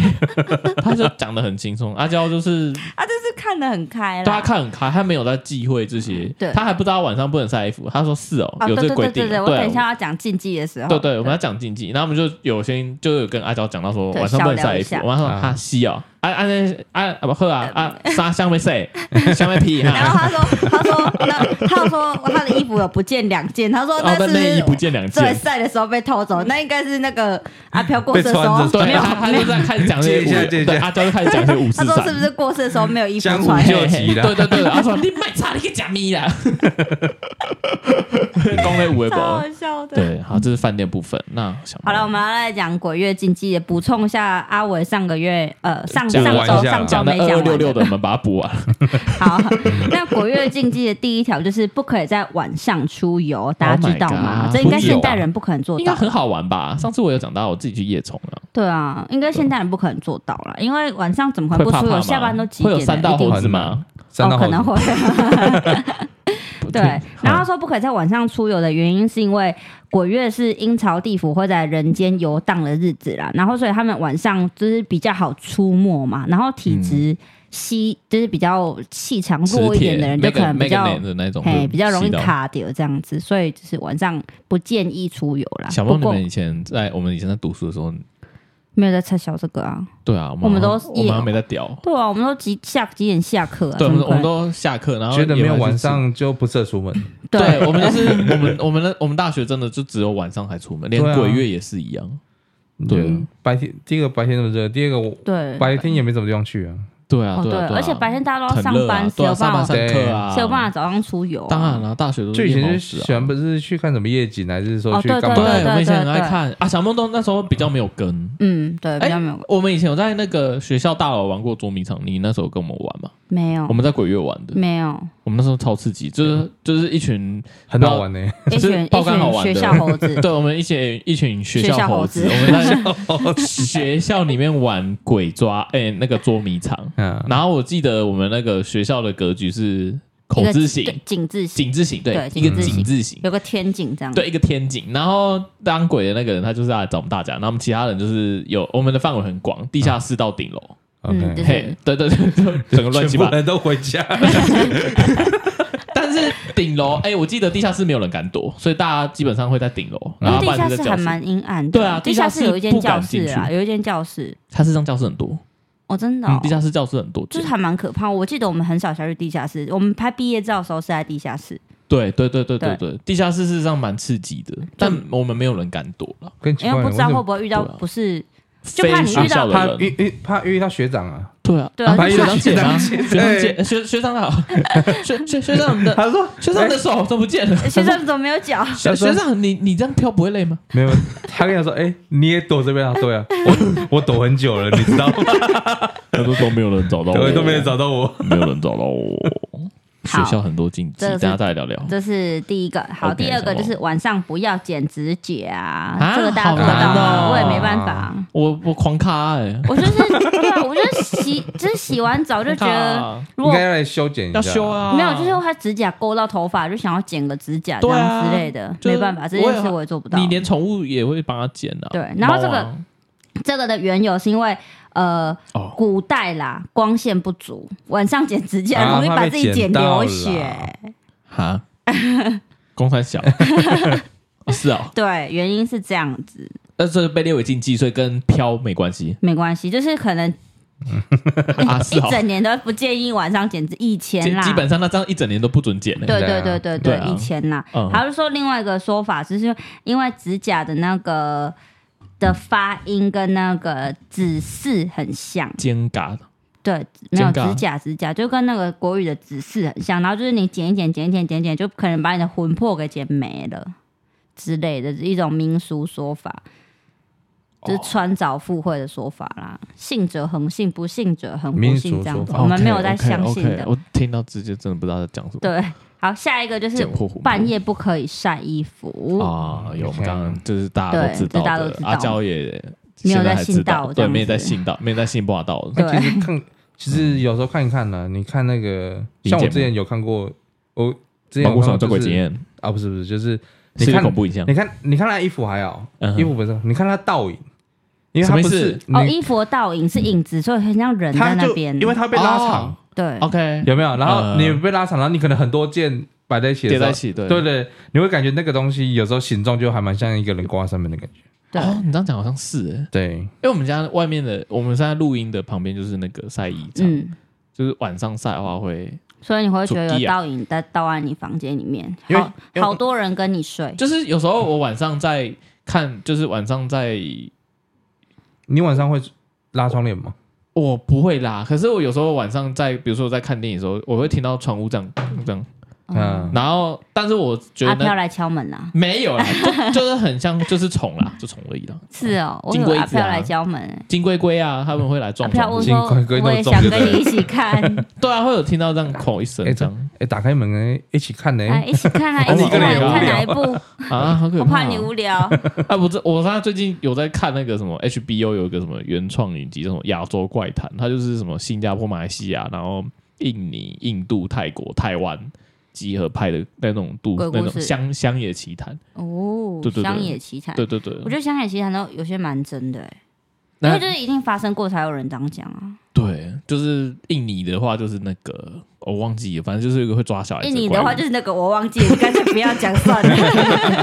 S2: 他就讲的很轻松。阿 娇就是
S1: 他啊就是看得很开
S2: 大家
S1: 啦。
S2: 看很开，他没有在忌讳这些
S1: 对，
S2: 他还不知道晚上不能晒衣服，他说是哦，
S1: 哦，对
S2: 有这
S1: 对
S2: 个规
S1: 对
S2: 定，
S1: 对对，我等一下要讲禁忌的时候，
S2: 对对，我们要讲禁忌，然后我们就有先就有跟阿娇讲到说
S1: 对
S2: 晚上不能晒衣服
S1: 小，聊一下呃
S2: 晚上
S3: 啊
S2: 他吸哦，啊啊那啊啊不喝啊啊啥香 没晒，香没屁
S1: 然后
S2: 哈，
S1: 他说，他说，那他说他的衣服有不见两件，他说
S2: 哦
S1: 那
S2: 但
S1: 是
S2: 内衣不见两
S1: 对
S2: 件，
S1: 晒的时候被偷走，那应该是那个阿飘过世的时
S3: 被
S1: 候
S3: 穿
S1: 没
S3: 着
S2: 对，
S1: 有
S2: 他他
S1: 没
S2: 就
S1: 有，
S2: 在开始讲这
S3: 借一下
S2: 些
S3: 借一
S2: 五，
S3: 下
S2: 对，阿娇就开始讲一些五
S1: 他
S2: 四
S1: 说
S2: 三
S1: 是。不是过世的时候没有衣服
S2: 啊
S3: 江 湖
S1: 穿？
S3: 救急
S2: 对
S3: 啦
S2: 对对，他说你卖差，你去啊假咪 啦，公的五的
S1: 超
S2: 包。
S1: 好笑的。
S2: 对，好，这是饭店部分。那小
S1: 好了，我
S2: 猫，
S1: 们要来讲鬼月禁忌，补充一下阿伟上个月呃上
S2: 讲
S1: 上
S2: 完
S1: 周
S3: 一下
S1: 上周
S2: 讲的
S1: 没
S2: 二
S1: 讲
S2: 二
S1: 完
S2: 六六的，我们把它 补完。
S1: 好， 那鬼月禁忌的第一条就是不可以在晚上出游，大家知道吗
S2: Oh my god，
S1: 这应该
S2: 出游啊
S1: 现代人不可能做
S2: 应
S1: 到
S2: 该，很好玩吧？上次我有讲到我自己去夜冲啊，
S1: 对啊，应该现代人不可能做到了，因为晚上怎么可
S2: 会
S1: 能不
S2: 怕
S1: 出
S2: 怕
S1: 游？
S2: 吗？
S1: 下班都几
S2: 会
S1: 点
S2: 有
S1: 了？
S2: 三道
S1: 一定
S2: 猴子吗？
S3: 三
S1: 哦，
S3: 道
S1: 可
S3: 猴
S1: 能
S3: 子，
S1: 会。对，然后说不可以在晚上出游的原因，是因为鬼月是阴曹地府会在人间游荡的日子啦。然后所以他们晚上就是比较好出没嘛，然后体
S2: 嗯
S1: 质吸、就是比较气场弱一点的人，就可能比较
S2: 的那种，
S1: 嘿比较容易
S2: 吸到。
S1: 卡掉这样子，所以就是晚上不建议出游啦。
S2: 小
S1: 不
S2: 梦，你
S1: 过
S2: 们以前在我们以前在读书的时候，
S1: 没有在拆小这个啊，
S2: 对啊，
S1: 我
S2: 我
S1: 们
S2: 们
S1: 都
S2: 好像我
S1: 夜
S2: 们好像没在屌，
S1: 对啊，我们都几下几点下课啊？
S2: 对，
S1: 怎
S2: 我
S1: 么
S2: 们
S1: 可
S2: 我们
S1: 能
S2: 都下课，然后
S3: 觉得没有
S2: 也会去
S3: 晚上就不适合出门，
S2: 吃。
S1: 对
S2: 对，我们就是我们我们的我们大学真的就只有晚上才出门，连
S3: 对啊
S2: 鬼月也是一样。对
S3: 对，嗯白天第一个白天那么热，第二个我
S1: 对
S3: 白天也没怎么地方去啊，
S2: 对啊，
S1: 哦
S2: 对啊，对啊
S1: 而且白天大家都要
S2: 很
S1: 上
S2: 热
S1: 班，
S2: 啊，
S1: 谁
S2: 对
S1: 有
S2: 啊，上
S1: 办
S2: 班
S1: 法
S2: 上课啊，
S1: 谁有办法早上出游啊？
S2: 当然了，大学都
S3: 就是以前
S2: 夜
S3: 就
S2: 猫
S3: 是
S2: 子啊
S3: 喜欢不是去看什么夜景，还是说
S1: 哦
S3: 去
S1: 对
S3: 干
S1: 对
S3: 嘛？
S2: 对，我们以前很爱
S1: 对
S2: 看啊。小梦都那时候比较没有跟，
S1: 嗯，对，比
S2: 哎
S1: 较没有、
S2: 我们以前有在那个学校大楼玩过捉迷藏，你那时候跟我们玩吗？
S1: 没有
S2: 我们在鬼月玩的，
S1: 没有
S2: 我们那时候超刺激，
S1: 嗯
S2: 就是就是一群，
S3: 很好玩呢。
S1: 一
S2: 是
S1: 群一
S2: 爆肝好
S1: 群
S2: 玩的
S1: 学校猴子，
S2: 对我们一起一群
S1: 嗯
S2: 学
S1: 学校
S2: 校
S1: 猴
S2: 猴子，
S1: 子
S2: 我们在学校里面玩鬼抓，哎、那个捉迷藏。
S3: 嗯，
S2: 然后我记得我们那个学校的格局是 口字
S1: 一个
S2: 形、
S1: 井字形，
S2: 井字形，对
S1: 对，
S2: 一个
S1: 井字形
S2: 井字形。
S1: 有个天井这样。
S2: 对，一个天井，然后当鬼的那个人，他就是来找我们大家，然后我们其他人就是有我们的范围很广，地下室到顶楼，
S1: 嗯
S3: OK，
S1: 对
S2: 嘿，对对对，就整个乱七八
S3: 全部
S2: 糟。
S3: 人都回 家，
S2: 但是顶楼，哎、我记得地下室没有人敢躲，所以大家基本上会在顶楼，
S1: 因
S2: 然
S1: 为
S2: 后不
S1: 地下
S2: 然就
S1: 室
S2: 在教
S1: 还
S2: 室。
S1: 蛮阴暗的，
S2: 对啊
S1: 地
S2: 地
S1: 下
S2: 下
S1: 室
S2: 室
S1: 有一间教室
S2: 不敢进
S1: 啊，有一间教室，
S2: 它是上教室很多，
S1: 哦，真的、哦
S2: 嗯，地下室教室很多
S1: 就
S2: 间，
S1: 是还蛮可怕。我记得我们很少下去地下室，我们拍毕业照的时候是在地下室，
S2: 对对对对对对，地下室事实上蛮刺激的，但我们没有人敢躲了，
S3: 更奇
S1: 因为
S3: 怪，
S1: 不知道
S3: 为什
S1: 会
S3: 么
S1: 不会遇到
S2: 对啊
S1: 不是就
S2: 非
S1: 怕你遇到
S2: 学校
S3: 怕
S2: 的
S3: 啊遇
S2: 人，
S3: 遇怕遇到学长啊，
S2: 对啊，
S1: 对啊
S2: 啊
S1: 就
S2: 学
S1: 怕
S2: 长姐吗？
S3: 学
S2: 学
S3: 长姐
S2: 长姐，学学长好， 学学学长你的
S3: 他说
S2: 学长的手都不见了，
S1: 学生怎么没有脚？
S2: 学学长你你这样飘不会累吗？
S3: 没有，他跟他说，哎，你也躲这边啊？ 对啊，我我躲很久了，你知道 吗？
S2: 他说都没有人找到
S3: 对，都没人找到我。
S2: 没有人找到我。
S1: 好
S2: 学校很多禁忌，
S1: 这
S2: 大
S1: 是
S2: 家再来聊聊。
S1: 这是第一个，好
S2: OK，
S1: 第二个
S2: 什
S1: 就
S2: 么
S1: 是晚上不要剪指甲啊，
S2: 啊
S1: 这个大家做得到
S3: 好难
S1: 吗？
S3: 哦
S1: 我也没办法，
S2: 我我狂咖哎、
S1: 我就是对啊，我就是洗，就是洗完澡就觉得，
S2: 啊
S1: 如
S3: 应
S1: 果
S3: 该要来修剪一下，
S2: 要修！啊，
S1: 没有，就是他指甲勾到头发，就想要剪个指甲这
S2: 对啊
S1: 样之类的，
S2: 就是
S1: 没办法，这件事我也做不到
S2: 你。连宠物也会帮它剪啊。
S1: 对然后这个
S2: 猫啊
S1: 这个的缘由是因为呃
S2: 哦，
S1: 古代啦，光线不足，晚上剪指甲
S3: 啊
S1: 容易把自己剪流血。
S3: 怕被
S2: 啊哈， 公三小，哦是哦，
S1: 对，原因是这样子，
S2: 但是呃被列为禁忌，所以跟飘没关系
S1: 没关系，就是可能
S2: 啊，是
S1: 一
S2: 哦，
S1: 整年都不建议晚上剪指，以前
S2: 基
S1: 啦，
S2: 基本上那张一整年都不准剪的，
S1: 对
S3: 对
S1: 对
S3: 啊
S1: 对对
S2: 对
S1: 对，
S2: 啊
S1: 以前啦，
S2: 嗯
S1: 还是说另外一个说法，就是因为指甲的那个的发音跟那个指示很像，
S2: 尖嘎
S1: 对，没有
S2: 尴尬
S1: 指甲指甲就跟那个国语的指示很像，然后就是你剪一剪剪一剪剪一剪，就可能把你的魂魄给剪没了之类的一种民俗说法。
S2: 哦
S1: 就是穿凿附会的说法啦，信者恒信，不信者恒不
S3: 民
S1: 信
S3: 俗
S1: 这样
S3: 说
S2: 哦
S1: 子，
S3: 法
S1: 我们没有
S2: OK，
S1: 在
S2: OK，
S1: 相信
S2: OK，
S1: 的。
S2: 哦我听到直接真的不知道在讲什么。
S1: 对，好，下一个就是
S2: 剪破虎
S1: 半夜不可以晒衣服，
S2: 啊，有我们
S3: OK
S2: 刚刚就是大家都
S1: 对
S2: 知
S1: 这大
S2: 道
S1: 家都
S2: 的，
S1: 知道
S2: 阿娇也
S1: 没有
S2: 现
S1: 在
S2: 还
S1: 信
S2: 知道
S1: 道这
S2: 对，
S1: 样
S2: 没有在
S1: 子
S2: 信道，没有在信霸道的。
S1: 对
S3: 其实看，其实有时候看一看呢，你看那个，
S2: 理解
S3: 像我
S2: 吗
S3: 之前有看过，我之前
S2: 毛
S3: 有
S2: 骨
S3: 看
S2: 悚
S3: 过
S2: 这
S3: 就
S2: 鬼经
S3: 是
S2: 验
S3: 啊，不是不是，就是你
S2: 是一个
S3: 看
S2: 恐怖影像
S3: 你看你看他衣服还好
S2: 嗯，哼
S3: 衣服本身，你看他倒影，因为
S2: 什么
S3: 他
S2: 意
S3: 不
S2: 思
S3: 是
S1: 哦，
S3: 你嗯
S1: 衣服的倒影是影子，所以很像人在
S3: 他
S1: 那
S3: 就
S1: 边，
S3: 因为他被拉长
S2: 哦，
S1: 对
S2: ，OK，
S3: 有没有？然后
S2: 嗯
S3: 你被拉长，然后你可能很多件摆在一起
S2: 叠
S3: 的时
S2: 在
S3: 候
S2: 一，起，对
S3: 对对，你会感觉那个东西有时候形状就还蛮像一个人挂上面的感觉。
S1: 对
S2: 哦，你这样讲好像是欸，
S3: 对，
S2: 因为我们家外面的，我们现在录音的旁边就是那个晒衣场，
S1: 嗯，
S2: 就是晚上晒的话会，
S1: 所以你会觉得
S2: 主题
S1: 有
S2: 啊
S1: 倒影在倒在你房间里面，
S3: 因为
S1: 好
S3: 因为
S1: 好多人跟你睡，
S2: 就是有时候我晚上在看，就是晚上在，
S3: 你晚上会拉窗帘吗？
S2: 我不会啦，可是我有时候晚上在，比如说我在看电影的时候，我会听到窗户这样这样，
S3: 嗯，
S2: 然后但是我觉
S1: 阿
S2: 得
S1: 飘
S2: 那
S1: 来敲门啊啦，
S2: 没有啦，就就是很像就是虫啦，就虫而已啦。
S1: 是哦，我
S2: 金
S1: 有
S2: 龟
S1: 阿
S2: 子啊
S1: 飘来敲门，
S2: 金龟龟啊，他们会来
S1: 阿
S2: 撞
S1: 飘
S2: 窗户
S1: 问
S3: 我，
S1: 说
S3: 金龟龟
S1: 我也
S3: 弄中
S1: 想
S3: 就
S1: 跟
S3: 对
S1: 你一起看，
S2: 对啊，会有听到这样口一声
S3: 哎
S2: 这样
S3: 哎，打开门哎，一起看呢。
S1: 来一起看啊，
S2: 我
S1: 一起
S2: 怕
S1: 看
S2: 哦你无聊
S1: 看哪一部？
S2: 啊，好可
S1: 我
S2: 怕
S1: 怕
S2: 哦！
S1: 你无聊，
S2: 啊，不是，我他最近有在看那个什么 HBO 有一个什么原创影集，这种亚洲怪谈，它就是什么新加坡、马来西亚，然后印尼、印度、泰国、台湾集合拍的那种度
S1: 鬼故
S2: 那
S1: 事
S2: 种乡乡野奇谈。
S1: 哦
S2: 对对对，
S1: 乡野奇谈，
S2: 对对对
S1: 我，觉得乡野奇谈都有些蛮真的欸，因
S2: 那
S1: 为就是一定发生过才有人这样讲啊。
S2: 对，就是印尼的话，就是那个我忘记了，反正就是有一个会抓小孩子
S1: 印
S2: 怪
S1: 尼
S2: 物。
S1: 的话就是那个我忘记了，干脆不要讲算了。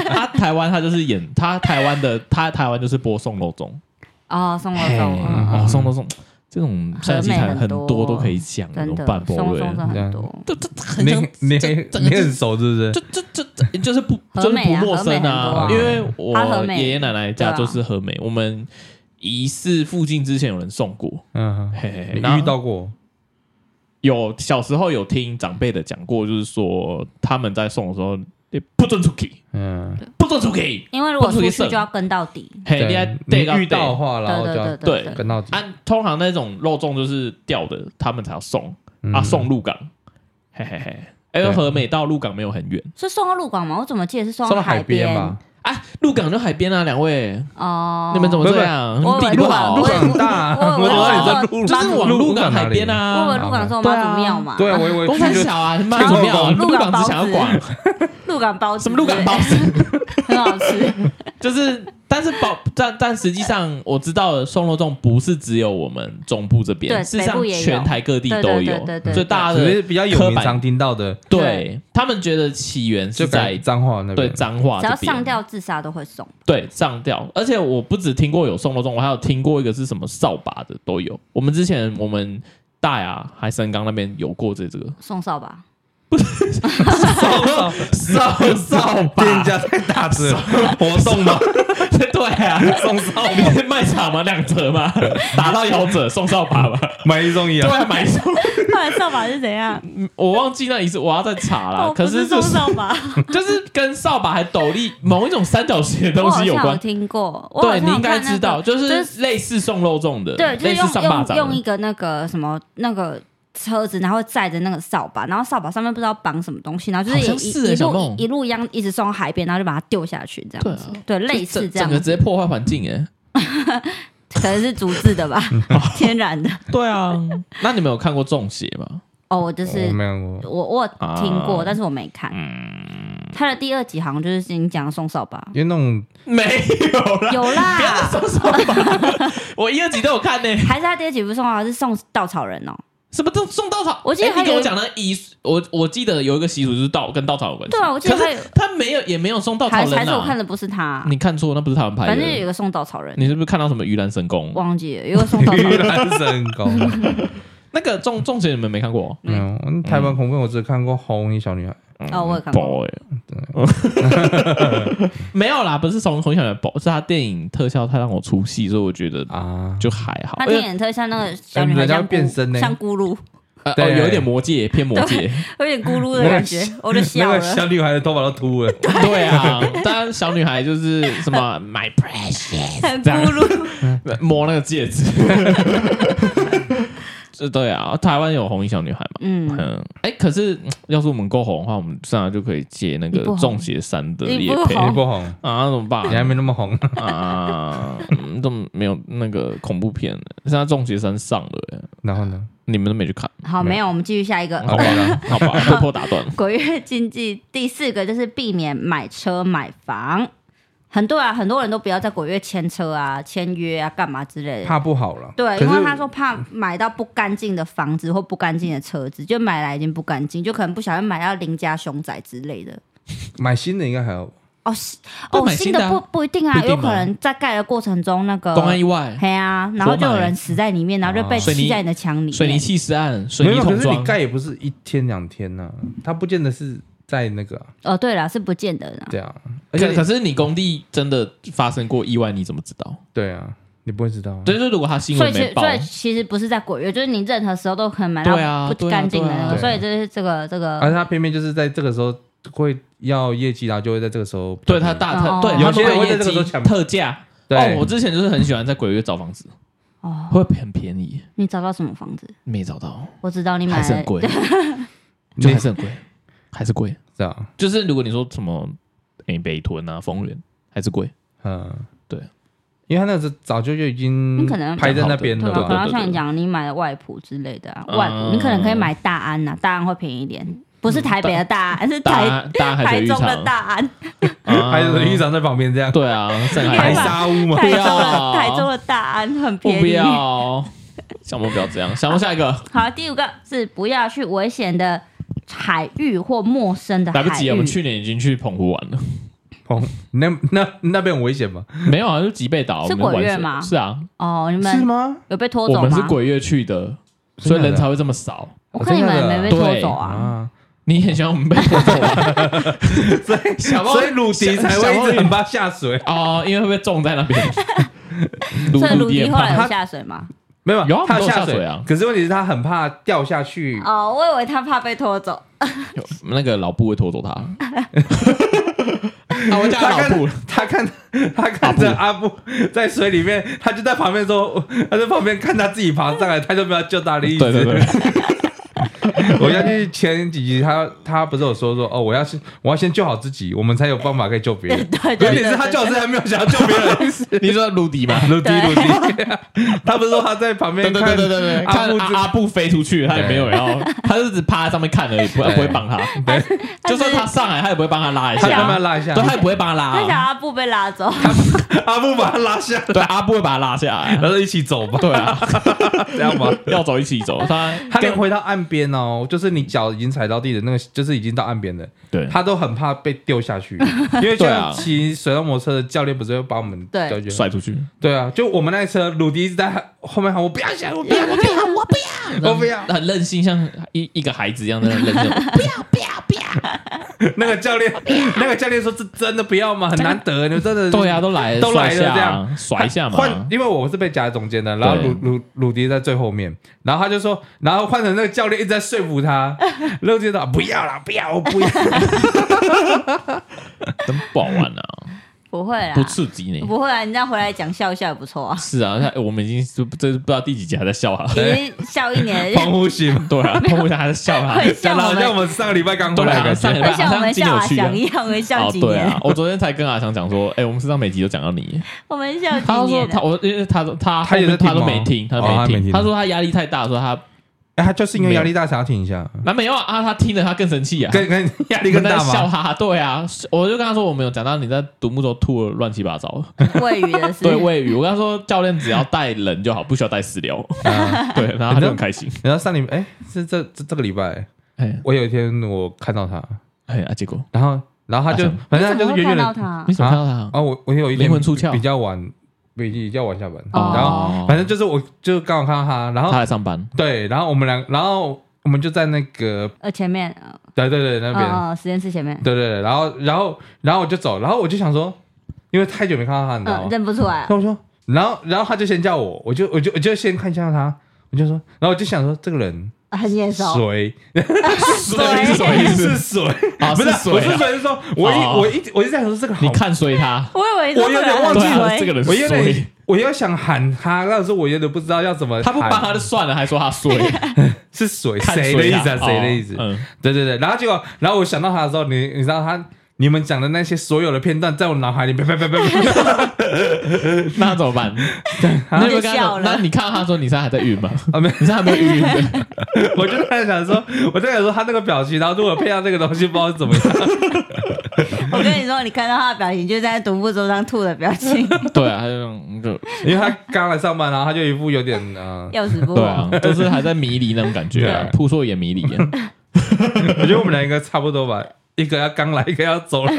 S2: 他台湾，他就是演他台湾的，他台湾就是播送肉粽。
S1: 哦，送我走了，
S2: 哦，送都送，这种山西产很多都可以讲，
S1: 嗯
S2: 怎
S1: 真
S2: 么
S1: 的
S2: 办？
S1: 送
S2: 博
S1: 送
S2: 瑞
S1: 的很多。
S2: 这这这很
S3: 你
S2: 像，
S3: 你
S2: 这这
S3: 你很熟是不是？
S2: 这这这这就是不就
S1: 和
S2: 是不
S1: 美啊
S2: 陌生啊，
S3: 和
S2: 因
S3: 美
S2: 为
S3: 很
S1: 它和
S2: 我
S1: 美啊
S2: 爷爷奶奶家就是和美，我们疑似附近之前有人送过，
S3: 嗯，
S2: 嘿嘿嘿哎
S3: 你
S2: 然后
S3: 遇到过？
S2: 有小时候有听长辈的讲过，就是说他们在送的时候，你不准出去，
S3: 嗯，
S2: 不准出去，
S1: 因为如果出去就要跟到底。
S2: 嘿，哎你还
S3: 你
S2: 得要
S3: 遇到的
S2: 得
S3: 话，
S1: 对
S3: 然后
S1: 对
S3: 就
S1: 对对
S3: 要
S2: 对
S1: 对，
S3: 跟到底
S2: 啊，通常那种肉粽就是掉的，他们才要送。
S3: 嗯
S2: 啊，送鹿港，嘿嘿嘿，哎、
S3: 对
S2: 和美到鹿港没有很远
S1: 是送到鹿港吗？我怎么记得是送
S3: 送到
S1: 海
S3: 海边吧？
S2: 啊，鹿港就海边啊，两位，
S1: 哦，
S2: 你们怎么
S3: 不
S2: 这
S3: 不
S2: 样？
S1: 我以
S2: 地
S1: 为
S2: 理不好，
S1: 鹿
S3: 鹿
S1: 港
S3: 港很大啊，
S1: 我以为我以
S3: 我以为
S1: 为
S3: 你
S2: 就
S3: 在
S2: 是
S3: 鹿，
S2: 往鹿港
S3: 港
S2: 海边
S3: 哪里。
S1: 我以为
S2: 啊，
S1: 鹿港送妈祖庙嘛？
S3: 对啊，我以为
S2: 公
S3: 去
S2: 山
S3: 就
S2: 小啊，妈祖庙啊，
S1: 鹿
S2: 鹿
S1: 港
S2: 港只想要
S1: 包子
S2: 逛，
S1: 鹿港包子，
S2: 什么鹿港包子，
S1: 很好 吃。
S2: 就是。但是保但但实际上，我知道的送肉粽不是只有我们中部这边，
S1: 对
S2: 事实上
S1: 北部也有
S2: 全台各地
S1: 对
S2: 都
S1: 对对
S2: 有
S1: 对，对
S2: 所以大家
S3: 只
S2: 的
S3: 是比较有
S2: 刻
S3: 名
S2: 板
S3: 常听到的，
S2: 对他们觉得起源
S3: 就是改
S2: 在
S3: 脏话那
S2: 对
S3: 边。
S2: 彰化
S1: 只
S2: 这
S1: 要
S2: 边
S1: 上，吊自杀都会送。
S2: 对，上吊。而且我不只听过有送肉粽，我还有听过一个是什么扫把的都有。我们之前我们大雅还神冈那边有过这这个
S1: 送扫 把，
S2: 扫扫扫把
S3: 店，家太 大只了，活动吗？
S2: 对啊，送扫把卖场嘛，两折嘛，打到夭折送扫把嘛，
S3: 买一送一
S2: 对
S3: 啊！
S2: 啊，买送。
S1: 后来扫把是怎样？
S2: 我忘记那一次，我要再查啦。
S1: 我
S2: 啊可
S1: 哦不
S2: 是就
S1: 送
S2: 是
S1: 扫把，
S2: 就是跟扫把还斗笠某一种三角形的
S1: 我
S2: 东
S1: 好
S2: 西有
S1: 像有
S2: 关。
S1: 听过，我好
S2: 对
S1: 像
S2: 你
S1: 有
S2: 应该
S1: 看那
S2: 知
S1: 个
S2: 道，就
S1: 就是
S2: 类似送肉粽的，
S1: 对，就是
S2: 类似
S1: 用
S2: 上巴
S1: 用
S2: 掌
S1: 用
S2: 的
S1: 一个那个什么那个车子，然后载着那个扫把，然后扫把上面不知道绑什么东西，然后就
S2: 好像
S1: 一
S2: 是欸
S1: 一
S2: 小
S1: 路
S2: 梦
S1: 一路一样一直送到海边，然后就把它丢下去这
S2: 对
S1: 样
S2: 啊
S1: 子，对，类
S2: 就
S1: 似
S2: 整
S1: 这样
S2: 整个，直接破坏环境哎。
S1: 可能是竹制的 吧，
S2: 哦
S1: 天然的。
S2: 对啊，那你们有看过中邪吗？
S1: 哦，我就是
S3: 我没有过，
S1: 我我有听过，
S2: 啊
S1: 但是我没看。他的第二集好像就是你讲的送扫 把，
S3: 因为那种
S2: 没有
S1: 有
S2: 啦，不要再
S1: 啦，
S2: 说说吧， 我一二集都有看呢、
S1: 还是他第二集不是送扫把，是送稻草人哦。
S2: 什么都种稻草？
S1: 我记得
S2: 哎
S1: 还
S2: 你跟
S1: 有
S2: 我讲的以我我记得有一个习俗就是稻跟稻草有关系。
S1: 对啊我记得
S2: 可
S1: 还
S2: 是
S1: 有
S2: 他没有也没有送稻草
S1: 还
S2: 人、啊、
S1: 还是我看的不是他、啊
S2: 你看错，那不是他们拍的。
S1: 反正有一个送稻草人，
S2: 你是不是看到什么盂兰神功？
S1: 忘记了，有一个送稻草
S3: 盂
S1: 人。
S3: 兰神
S2: 嗯
S3: 功。
S2: 那个种种植你们没看过？
S3: 没有，台湾恐怖片我只看过《红衣小女孩》。
S1: 哦，我也看过。
S2: 哎， 没有啦，不是从红小女孩宝，是他电影特效太让我出戏，所以我觉得
S3: 啊，
S2: 就还好。
S1: 他
S2: 哎因为
S1: 电影特像那个小女孩
S3: 人家
S1: 像咕
S3: 变身呢
S1: 像咕噜，
S2: 呃哦，
S3: 对
S2: 有一点魔界偏魔 界，
S1: 有点咕噜的感觉，我就笑
S3: 那个
S1: 了。
S3: 小女孩的头发都 秃了，
S2: 对啊。当然，小女孩就是什 么 my precious
S1: 很
S2: 这样
S1: 咕噜，
S2: 摸那个戒指， 这对啊，台湾有红衣小女孩嘛？
S1: 嗯，
S2: 嗯，哎，可是嗯要是我们够红的话，我们上来就可以接那
S1: 你
S2: 个
S1: 不红
S2: 中邪三的
S1: 你
S2: 夜
S1: 不
S2: 配
S1: 红
S3: 你哎不红，
S2: 啊，怎么办
S3: 你？还没那么红。
S2: 啊，嗯都没有那个恐怖片了，现在《中邪三》上了耶，
S3: 然后呢？
S2: 你们都没去看，
S1: 好，没有，我们继续下一个。
S2: 好吧， 好吧，被迫打 断。
S1: 鬼月禁忌第四个就是避免买车买房，很多啊，很多人都不要在鬼月签车啊、签约啊、干嘛之类的。
S3: 怕不好了。
S1: 对，
S3: 可
S1: 因
S3: 是
S1: 为他说怕买到不干净的房子或不干净的车子，就买来已经不干净，就可能不小心买到邻家凶宅之类的。
S3: 买新的应该还好。
S1: 哦，新
S2: 不
S1: 哦，
S2: 买
S1: 新
S2: 新的
S1: 的
S2: 啊
S1: 不不一定
S2: 不
S1: 啊
S2: 一，定
S1: 有
S2: 吗
S1: 可能在盖的过程中那个
S2: 公安意外，
S1: 嘿啊，然后就
S2: 活埋
S1: 有人死在里面，然后就被
S2: 水泥
S1: 砌在你的墙里面。
S2: 水泥弃尸案，水
S3: 没
S2: 泥
S3: 有，可
S2: 桶
S3: 是你
S2: 装，
S3: 盖也不是一天两天呐、它不见得是在那个啊、
S1: 哦，对了，是不见得的。
S3: 对啊，而
S2: 而
S3: 且
S2: 且可是你工地真的发生过意外，你怎么知道？
S3: 对啊，你不会知道、啊。
S2: 对，就是如果他新
S1: 所以
S2: 闻
S1: 其
S2: 没报
S1: 所，以其实不是在鬼月，就是你任何时候都可能买到
S2: 对啊
S1: 不干净的那个，
S3: 对
S1: 所
S3: 啊对啊
S1: 以就是这个这
S3: 而
S1: 个
S3: 且啊他偏偏就是在这个时候会要业绩，然后就会在这个时候比较
S2: 对他大
S1: 哦
S2: 特，对，
S3: 有些人
S2: 他们
S3: 会在这
S2: 业绩
S3: 个时候抢
S2: 特价。
S3: 对、
S2: 哦，我之前就是很喜欢在鬼月找房子，
S1: 哦，
S2: 会很便宜，
S1: 你找到什么房子？
S2: 没找到，
S1: 我知道你买
S2: 还是很
S1: 了，
S2: 贵，
S3: 你
S2: 就还是很贵，还是贵。
S3: 这样，
S2: 就是如果你说什么，诶，北屯啊，丰原还是贵。
S3: 嗯，
S2: 对，
S3: 因为他那个早就就已经
S1: 你可能
S3: 排在那边
S1: 对
S3: 了
S1: 吧？可
S3: 吧？
S1: 能像你讲，你买了外埔之类的啊，
S2: 嗯
S1: 外埔你可能可以买大安呐，大安会便宜一点，不是台北的大安，是台
S2: 大大海
S1: 台
S2: 水浴
S1: 中
S2: 场，
S1: 的大安，
S2: 啊
S3: 还有浴场在旁边这样，
S2: 对啊，上
S1: 还
S2: 海
S3: 白
S1: 有吧
S3: 沙屋嘛，
S1: 台中的
S2: 要
S1: 台中的大安很
S2: 我
S1: 便
S2: 不
S1: 宜。
S2: 要，小莫不要这样，小莫下一个
S1: 好，第五个是不要去危险的海域或陌生的海
S2: 来
S1: 域。
S2: 不及了，我们去年已经去澎湖玩了，
S3: 哦，那那那边很危险吗？
S2: 没有啊，就吉贝岛，
S1: 是
S2: 我们
S1: 鬼月
S2: 玩水
S1: 吗
S2: 是啊，
S1: 哦，你
S3: 是
S1: 们
S3: 吗？
S1: 有被拖
S2: 我
S1: 走
S2: 们是
S1: 吗？
S2: 鬼月去的，
S3: 真
S2: 所
S3: 的
S2: 以人才会这么少。
S1: 我看你们也没被拖走啊。
S3: 啊，
S2: 你很喜欢我们被拖走啊，小莫
S3: 所以鲁 迪才会一直很怕下水。
S2: 哦，因为会被种在那边。 鲁
S1: 所以鲁
S2: 迪
S1: 迪
S2: 很
S1: 后来
S2: 怕，
S1: 有下水吗？
S3: 没有，
S2: 有啊我们
S3: 他
S2: 都有
S3: 下
S2: 下水啊
S3: 可是问题是，他很怕掉下去。
S1: 哦，我以为他怕被拖 走。
S2: 有那个老布会拖走 他。啊，我叫他老布，
S3: 他看 他看着阿布在水里面，他就在旁边说，他在旁边看他自己爬上来，他就没有救他的意思。
S2: 对对对，
S3: 我相信前几集他他不是有说说哦，我要先我要先救好自己，我们才有办法可以救别人。
S1: 对
S3: 有
S1: 对
S3: 点
S1: 对
S3: 是他救好自己，还没有想要救别人的意思。
S2: 你说鲁迪吗？
S3: 鲁迪
S1: 对
S3: 鲁迪，他不是说他在旁
S2: 对
S3: 边
S2: 对
S3: 看
S2: 对对对对，
S3: 阿
S2: 看
S3: 布
S2: 阿阿布飞出去，他也没有要，他就只趴在上面看而已，不
S3: 对
S2: 不会 帮他。就算他上来，他也不会帮他拉一
S3: 他慢
S2: 下
S3: 慢，拉一下
S2: 对，，他也不会帮他
S1: 他想
S2: 拉。啊
S1: 阿布被拉 走，
S3: 阿布把他拉下，
S2: 对，阿布会把他拉下来。
S3: 然后一起走吧，
S2: 对啊，
S3: 这样吧。
S2: 要走一起走。他
S3: 他连回到岸边哦，就是你脚已经踩到地的那个，就是已经到岸边了。
S2: 对
S3: 他都很怕被丢下 去，因为
S2: 对啊
S3: 像骑水上摩托车的教练不是会把我们
S1: 对
S3: 丢下去？
S2: 甩出去，
S3: 对啊，就我们那车，鲁迪一直在后面喊我不要下来，我不要， 我不要，我不 要，我不要。
S2: 很任性，像一一个孩子一样在那任 性。
S3: 那个教练，那个教练说这真的不要吗？很难得，你们真的
S2: 对啊，都来了
S3: 都来
S2: 甩
S3: 了
S2: 一下啊
S3: 这样
S2: 甩一下嘛。
S3: 换，因为我是被夹在中间的，然后
S2: 对
S3: 鲁鲁鲁迪在最后面，然后他就说，然后换成那个教练一直在说服 他，然后就说不要啦，不要，我不要。
S2: 真不好玩 啊，
S1: 不会啦
S3: 啊
S2: 不，刺激呢。
S1: 不会啊，你这样回来讲笑一笑也不错啊，
S2: 是啊，他我们已经是这是不知道第几集还在笑啊
S1: 已。经笑一 年了
S3: 防护型，
S2: 对啊，澎湖下还在笑啊。
S1: 会笑
S3: 讲的
S1: 我
S3: 好像我
S1: 们，
S3: 们上个礼拜刚回
S2: 对
S3: 来的
S2: 啊，
S3: 感觉
S2: 上。礼拜
S1: 会笑我
S2: 好
S1: 们
S2: 像今
S1: 笑
S2: 天有
S1: 啊
S2: 去啊
S1: 想一样，我们笑几
S2: 对
S1: 年
S2: 啊，，我昨天才跟阿翔讲 说，哎、我们是上每集都讲到你。
S1: 我们笑几
S2: 他说
S1: 年
S2: 他
S1: 了。
S2: 我因为他他
S3: 他也在听
S2: 他
S3: 吗
S2: 都没听，他
S3: 哦他
S2: 没
S3: 没听
S2: 他说他压力太大，说他
S3: 哎，他就是因为压力大想要停一下，
S2: 那没有啊啊，他听了他更生气啊，
S3: 跟 跟压力
S2: 我
S3: 更
S2: 在
S3: 大
S2: 笑
S3: 吗？
S2: 哈哈。 对啊，我就跟他说我们有讲到你在独木舟吐了乱七八 糟，
S1: 喂鱼的事，
S2: 对喂鱼，我跟他说教练只要带人就好，不需要带饲 料。
S3: 啊
S2: 对，然后他就很开心。
S3: 然后上礼哎，是这这这个礼拜，
S2: 哎
S3: 我有一天我看到他，
S2: 哎啊，结果
S3: 然后然后他就
S2: 啊什么
S3: 反正
S4: 怎
S3: 他就
S4: 么
S3: 是
S4: 会
S3: 远
S4: 看
S3: 远
S4: 到
S3: 的
S4: 他？
S2: 你怎么看到他？
S3: 啊，我我有一天
S2: 灵魂出窍
S3: 比较晚，比比较晚下班，
S4: 哦
S3: 然后
S2: 哦
S3: 反正就是我就刚好看到他，然
S2: 他
S3: 后
S2: 来上班，
S3: 对，然后我们两，然后我们就在那个
S1: 呃，前面，呃
S3: 对对对那边，
S4: 哦
S1: 呃，实验室前面，
S3: 对对对，然后然后然后我就走，然后我就想说，因为太久没看到他，你
S2: 啊
S3: 知道
S1: 嗯，
S3: 吗？
S1: 认不出来
S3: 然，后我说，然后然后他就先叫我，我就我就我就先看一下他，我就说，然后我就想说这个人
S1: 很眼熟，
S3: 谁
S2: 水是什么意思
S3: 是谁？
S2: 啊？
S3: 不是
S2: 水
S3: 我是
S2: 啊，
S3: 谁？是说我
S2: 哦
S3: 一我一直我一直在想说这个好
S2: 你看衰他。
S1: 我以为
S3: 我有点忘记
S2: 对啊，这个人
S3: 我有
S2: 衰
S3: 点，，我又想喊他，但是我有点不知道要怎么喊。
S2: 他不帮他就算了，还说他衰，
S3: 是谁
S2: 看
S3: 谁的
S2: 衰
S3: 意
S2: 他
S3: 思啊？谁的意思？
S2: 哦嗯，
S3: 对对对，然后结果，然后我想到他的时候，你你知道他你们讲的那些所有的片段，在我脑海里，别别别别别，
S2: 那怎么 办？那有没有跟他
S1: 笑
S2: 说
S1: 了
S2: 那你看到他说你现在还在晕吗？
S3: 啊没有
S2: 你现在还没有晕对 不对？
S3: 我就在想说，我在想说他那个表情，然后如果配上这个东西，不知道是怎么样。
S1: 我跟你 说，你看到他的表情，就在独木舟上吐的表情，
S2: 对啊，他就那种就
S3: 因为他刚来上班，然后他就一副有点 呃，
S1: 要死不 活。
S2: 对啊，就是还在迷离那种感觉啊
S3: 对，
S2: 扑朔也迷离 啊。
S3: 我觉得我们俩应该差不多吧，一个要刚来，一个要走 了。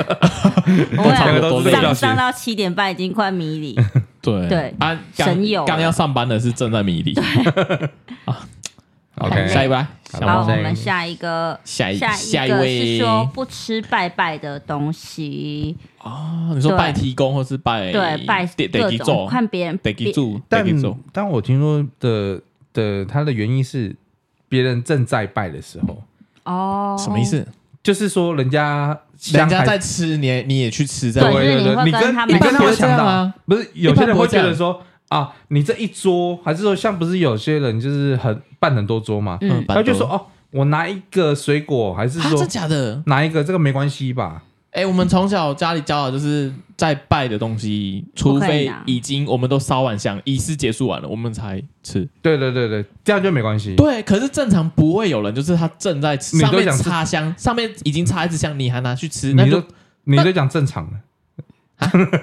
S1: 我们
S3: 两
S1: 俩
S3: 个都是
S1: 上上到七点半已经快迷 离，
S2: 对
S1: 对
S2: 啊，刚
S1: 神游
S2: 刚要上班的是正在迷离。啊
S3: OK
S2: 下一位，
S3: 好
S2: 小
S1: 好，
S2: 猫
S1: 我
S3: 再
S1: 们下一个。
S2: 下一
S1: 下
S2: 下
S1: 一个
S2: 位
S1: 是说不吃拜拜的东西，
S2: 哦，你说
S1: 对
S2: 拜提公或是拜
S1: 对，拜
S2: 哎得得
S1: 各
S2: 给
S1: 种
S2: 做，
S1: 看别人
S2: 得给做，得
S3: 但
S2: 给做。
S3: 但我听说的的他的原因是别人正在拜的时候，
S1: 哦，
S2: 什么意？思？
S3: 就是说人家香
S2: 人家
S3: 还
S2: 在吃，你也你也去吃，这
S1: 对
S2: 样
S3: 对
S1: 就是
S3: 对
S1: 你会
S3: 对，你
S1: 跟
S3: 跟
S1: 他们
S3: 你跟
S2: 一般不
S3: 他
S2: 会
S3: 们
S2: 这
S3: 想
S2: 样
S3: 到
S2: 啊，
S3: 不是有些
S2: 一般
S3: 人会觉
S2: 不会这样
S3: 得说啊，你这一桌，还是说像不是有些人就是很办很多桌嘛，
S1: 嗯
S2: 板
S3: 他就
S2: 豆
S3: 说哦，我拿一个水果，还是
S2: 啊，
S3: 说
S2: 真假的？
S3: 拿一个这个没关系吧？
S2: 哎，我们从小家里教的就是在拜的东西，除
S1: 不可以
S2: 非
S1: 拿
S2: 已经我们都烧完香，仪式结束完了，我们才吃。
S3: 对对对对，这样就没关系。
S2: 对，可是正常不会有人，就是他正在吃
S3: 你
S2: 上
S3: 都
S2: 面
S3: 想吃
S2: 插香，上面已经插一支香，你还拿去吃，那
S3: 你
S2: 就
S3: 都你都讲正常的，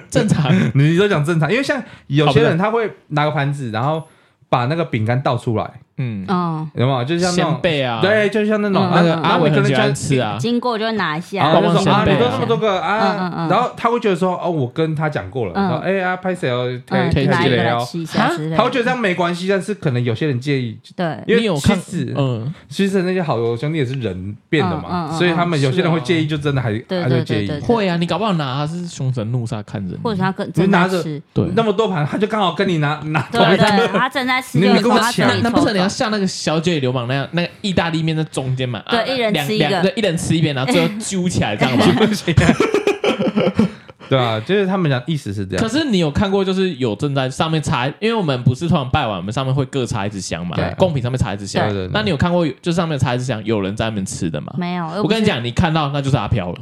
S2: 正 常。
S3: 你都讲正常，因为像有
S2: 哦不
S3: 些
S2: 是
S3: 人他会拿个盘子，然后把那个饼干倒出来，
S2: 嗯，
S1: 嗯，
S3: 有没有？就像那
S2: 先
S3: 种
S2: 辈啊，，
S3: 对，就像那种
S1: 嗯
S2: 那个
S3: 然后
S2: 阿伟
S3: 每个
S2: 很
S3: 人
S2: 喜
S3: 就
S2: 欢吃啊，
S1: 经过就拿一
S3: 然
S1: 下，
S3: 后
S2: 帮
S3: 就
S2: 忙
S3: 说啊，
S2: 先
S3: 你
S2: 备
S3: 都
S2: 啊
S3: 这么多个
S1: 嗯嗯
S3: 啊，
S1: 嗯
S3: 然后他会觉得说哦，我跟他讲过了，
S1: 嗯
S3: 说哎呀，拍谁哦，可以
S1: 嗯，
S3: 可以
S1: 拿一
S3: 这
S1: 个
S3: 个
S1: 来
S3: 哦，
S1: 吃一下之类
S3: 他会
S1: 的。
S3: 觉得这样没关系，但是可能有些人介意，
S1: 对，
S3: 因
S2: 你有
S3: 为其
S2: 看
S3: 实
S2: 嗯，
S3: 其实那些好兄弟也是人变的
S1: 嗯嗯
S3: 嘛，
S1: 嗯
S3: 所以他们有些人会介意，就真的还
S1: 对
S3: 他就
S1: 对
S3: 介
S1: 对
S3: 意
S1: 对，。
S2: 会啊，你搞不好拿他是凶神怒煞看人，
S1: 或者他跟
S3: 你
S1: 正
S3: 拿
S1: 在
S3: 着
S1: 吃，
S2: 对，
S3: 那么多盘，他就刚好跟你拿拿
S1: 对对，他正在 吃，
S3: 你
S1: 就
S3: 你跟我
S1: 从他嘴
S3: 抢
S1: 里
S2: 那不
S1: 抽
S2: 是你要
S1: 走
S2: 像那个小姐流氓那样，那个意大利面在中间嘛，啊
S1: 对一人
S2: 两
S1: 吃一
S2: 两
S1: 个
S2: 对，一人吃一边，然后最后揪起来这样 吧。
S3: 对啊，就是他们讲意思是这
S2: 可
S3: 样，
S2: 是你有看过，就是有正在上面插，因为我们不是通常拜完，我们上面会各插一支香嘛
S3: 对，
S2: 贡品上面插一支香
S3: 对对。对
S2: 那你有看过，就上面插一支香，有人在那边吃的吗？
S1: 没有，又
S2: 我
S1: 不
S2: 跟你
S1: 是，
S2: 讲，你看到那就是阿飘了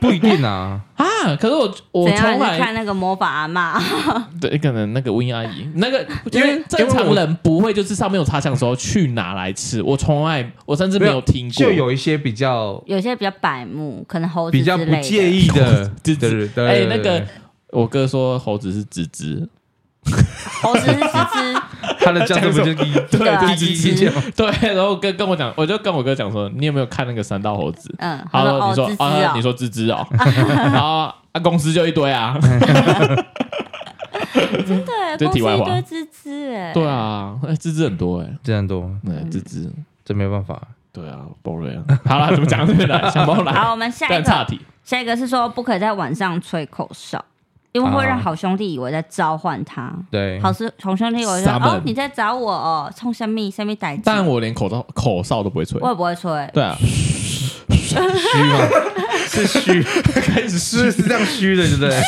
S3: 不一 定啊。
S2: 啊！可是我我
S1: 怎样你
S2: 从
S1: 是
S2: 来
S1: 看那个魔法阿妈，
S2: 对，可能那个温阿姨，那个
S3: 因
S2: 因
S3: 为
S2: 为正
S3: 因为
S2: 常
S3: 我
S2: 人不会就是上面有插香的时候去拿来吃，我从来我甚至没有听过。
S3: 就有一些比较
S1: 有些比较百目，可能猴子
S3: 比较
S1: 之
S3: 不
S1: 类
S3: 介
S1: 的。
S3: 意的，
S2: 对
S3: 对
S2: 对
S3: 对 对，
S2: 哎，那个我哥说猴子是直直，
S1: 猴子是吱
S3: 他的叫声不就一
S1: 对啊
S3: 一一一一吗？
S2: 对，然后跟跟我讲，我就跟我哥讲说，你有没有看那个三道猴子？
S1: 嗯，
S2: 他
S1: 他
S2: 说：“你
S1: 哦，
S2: 说
S1: 吱吱
S2: 啊，
S1: 哦
S2: 你，说吱吱哦，然后啊公司就一堆啊，
S1: 哦对，
S2: 这
S1: 公司
S2: 题
S1: 一
S2: 外话
S1: 堆吱吱，哎，
S2: 对啊，哎吱吱很多哎，
S3: 这样多，
S2: 那
S1: 嗯
S2: 吱吱，
S3: 这没办法。
S2: 对啊，boring 啊。好了，怎么讲这边来？小猫来，
S1: 好，我们下一
S2: 但
S1: 个
S2: 岔，题，
S1: 下一个是说不可以在晚上吹口哨，因为会让
S3: 啊
S1: 好兄弟以为在召唤他。
S3: 对，
S1: 好是好兄弟以为说
S2: 傻门
S1: 哦你在找我哦，冲什么什么代志？
S2: 但我连口罩口哨都不会吹
S1: 我，也不会吹，
S2: 对啊，
S1: 啊
S3: 虚吗？是虚，
S2: 开始
S3: 是是这样虚的，对不对？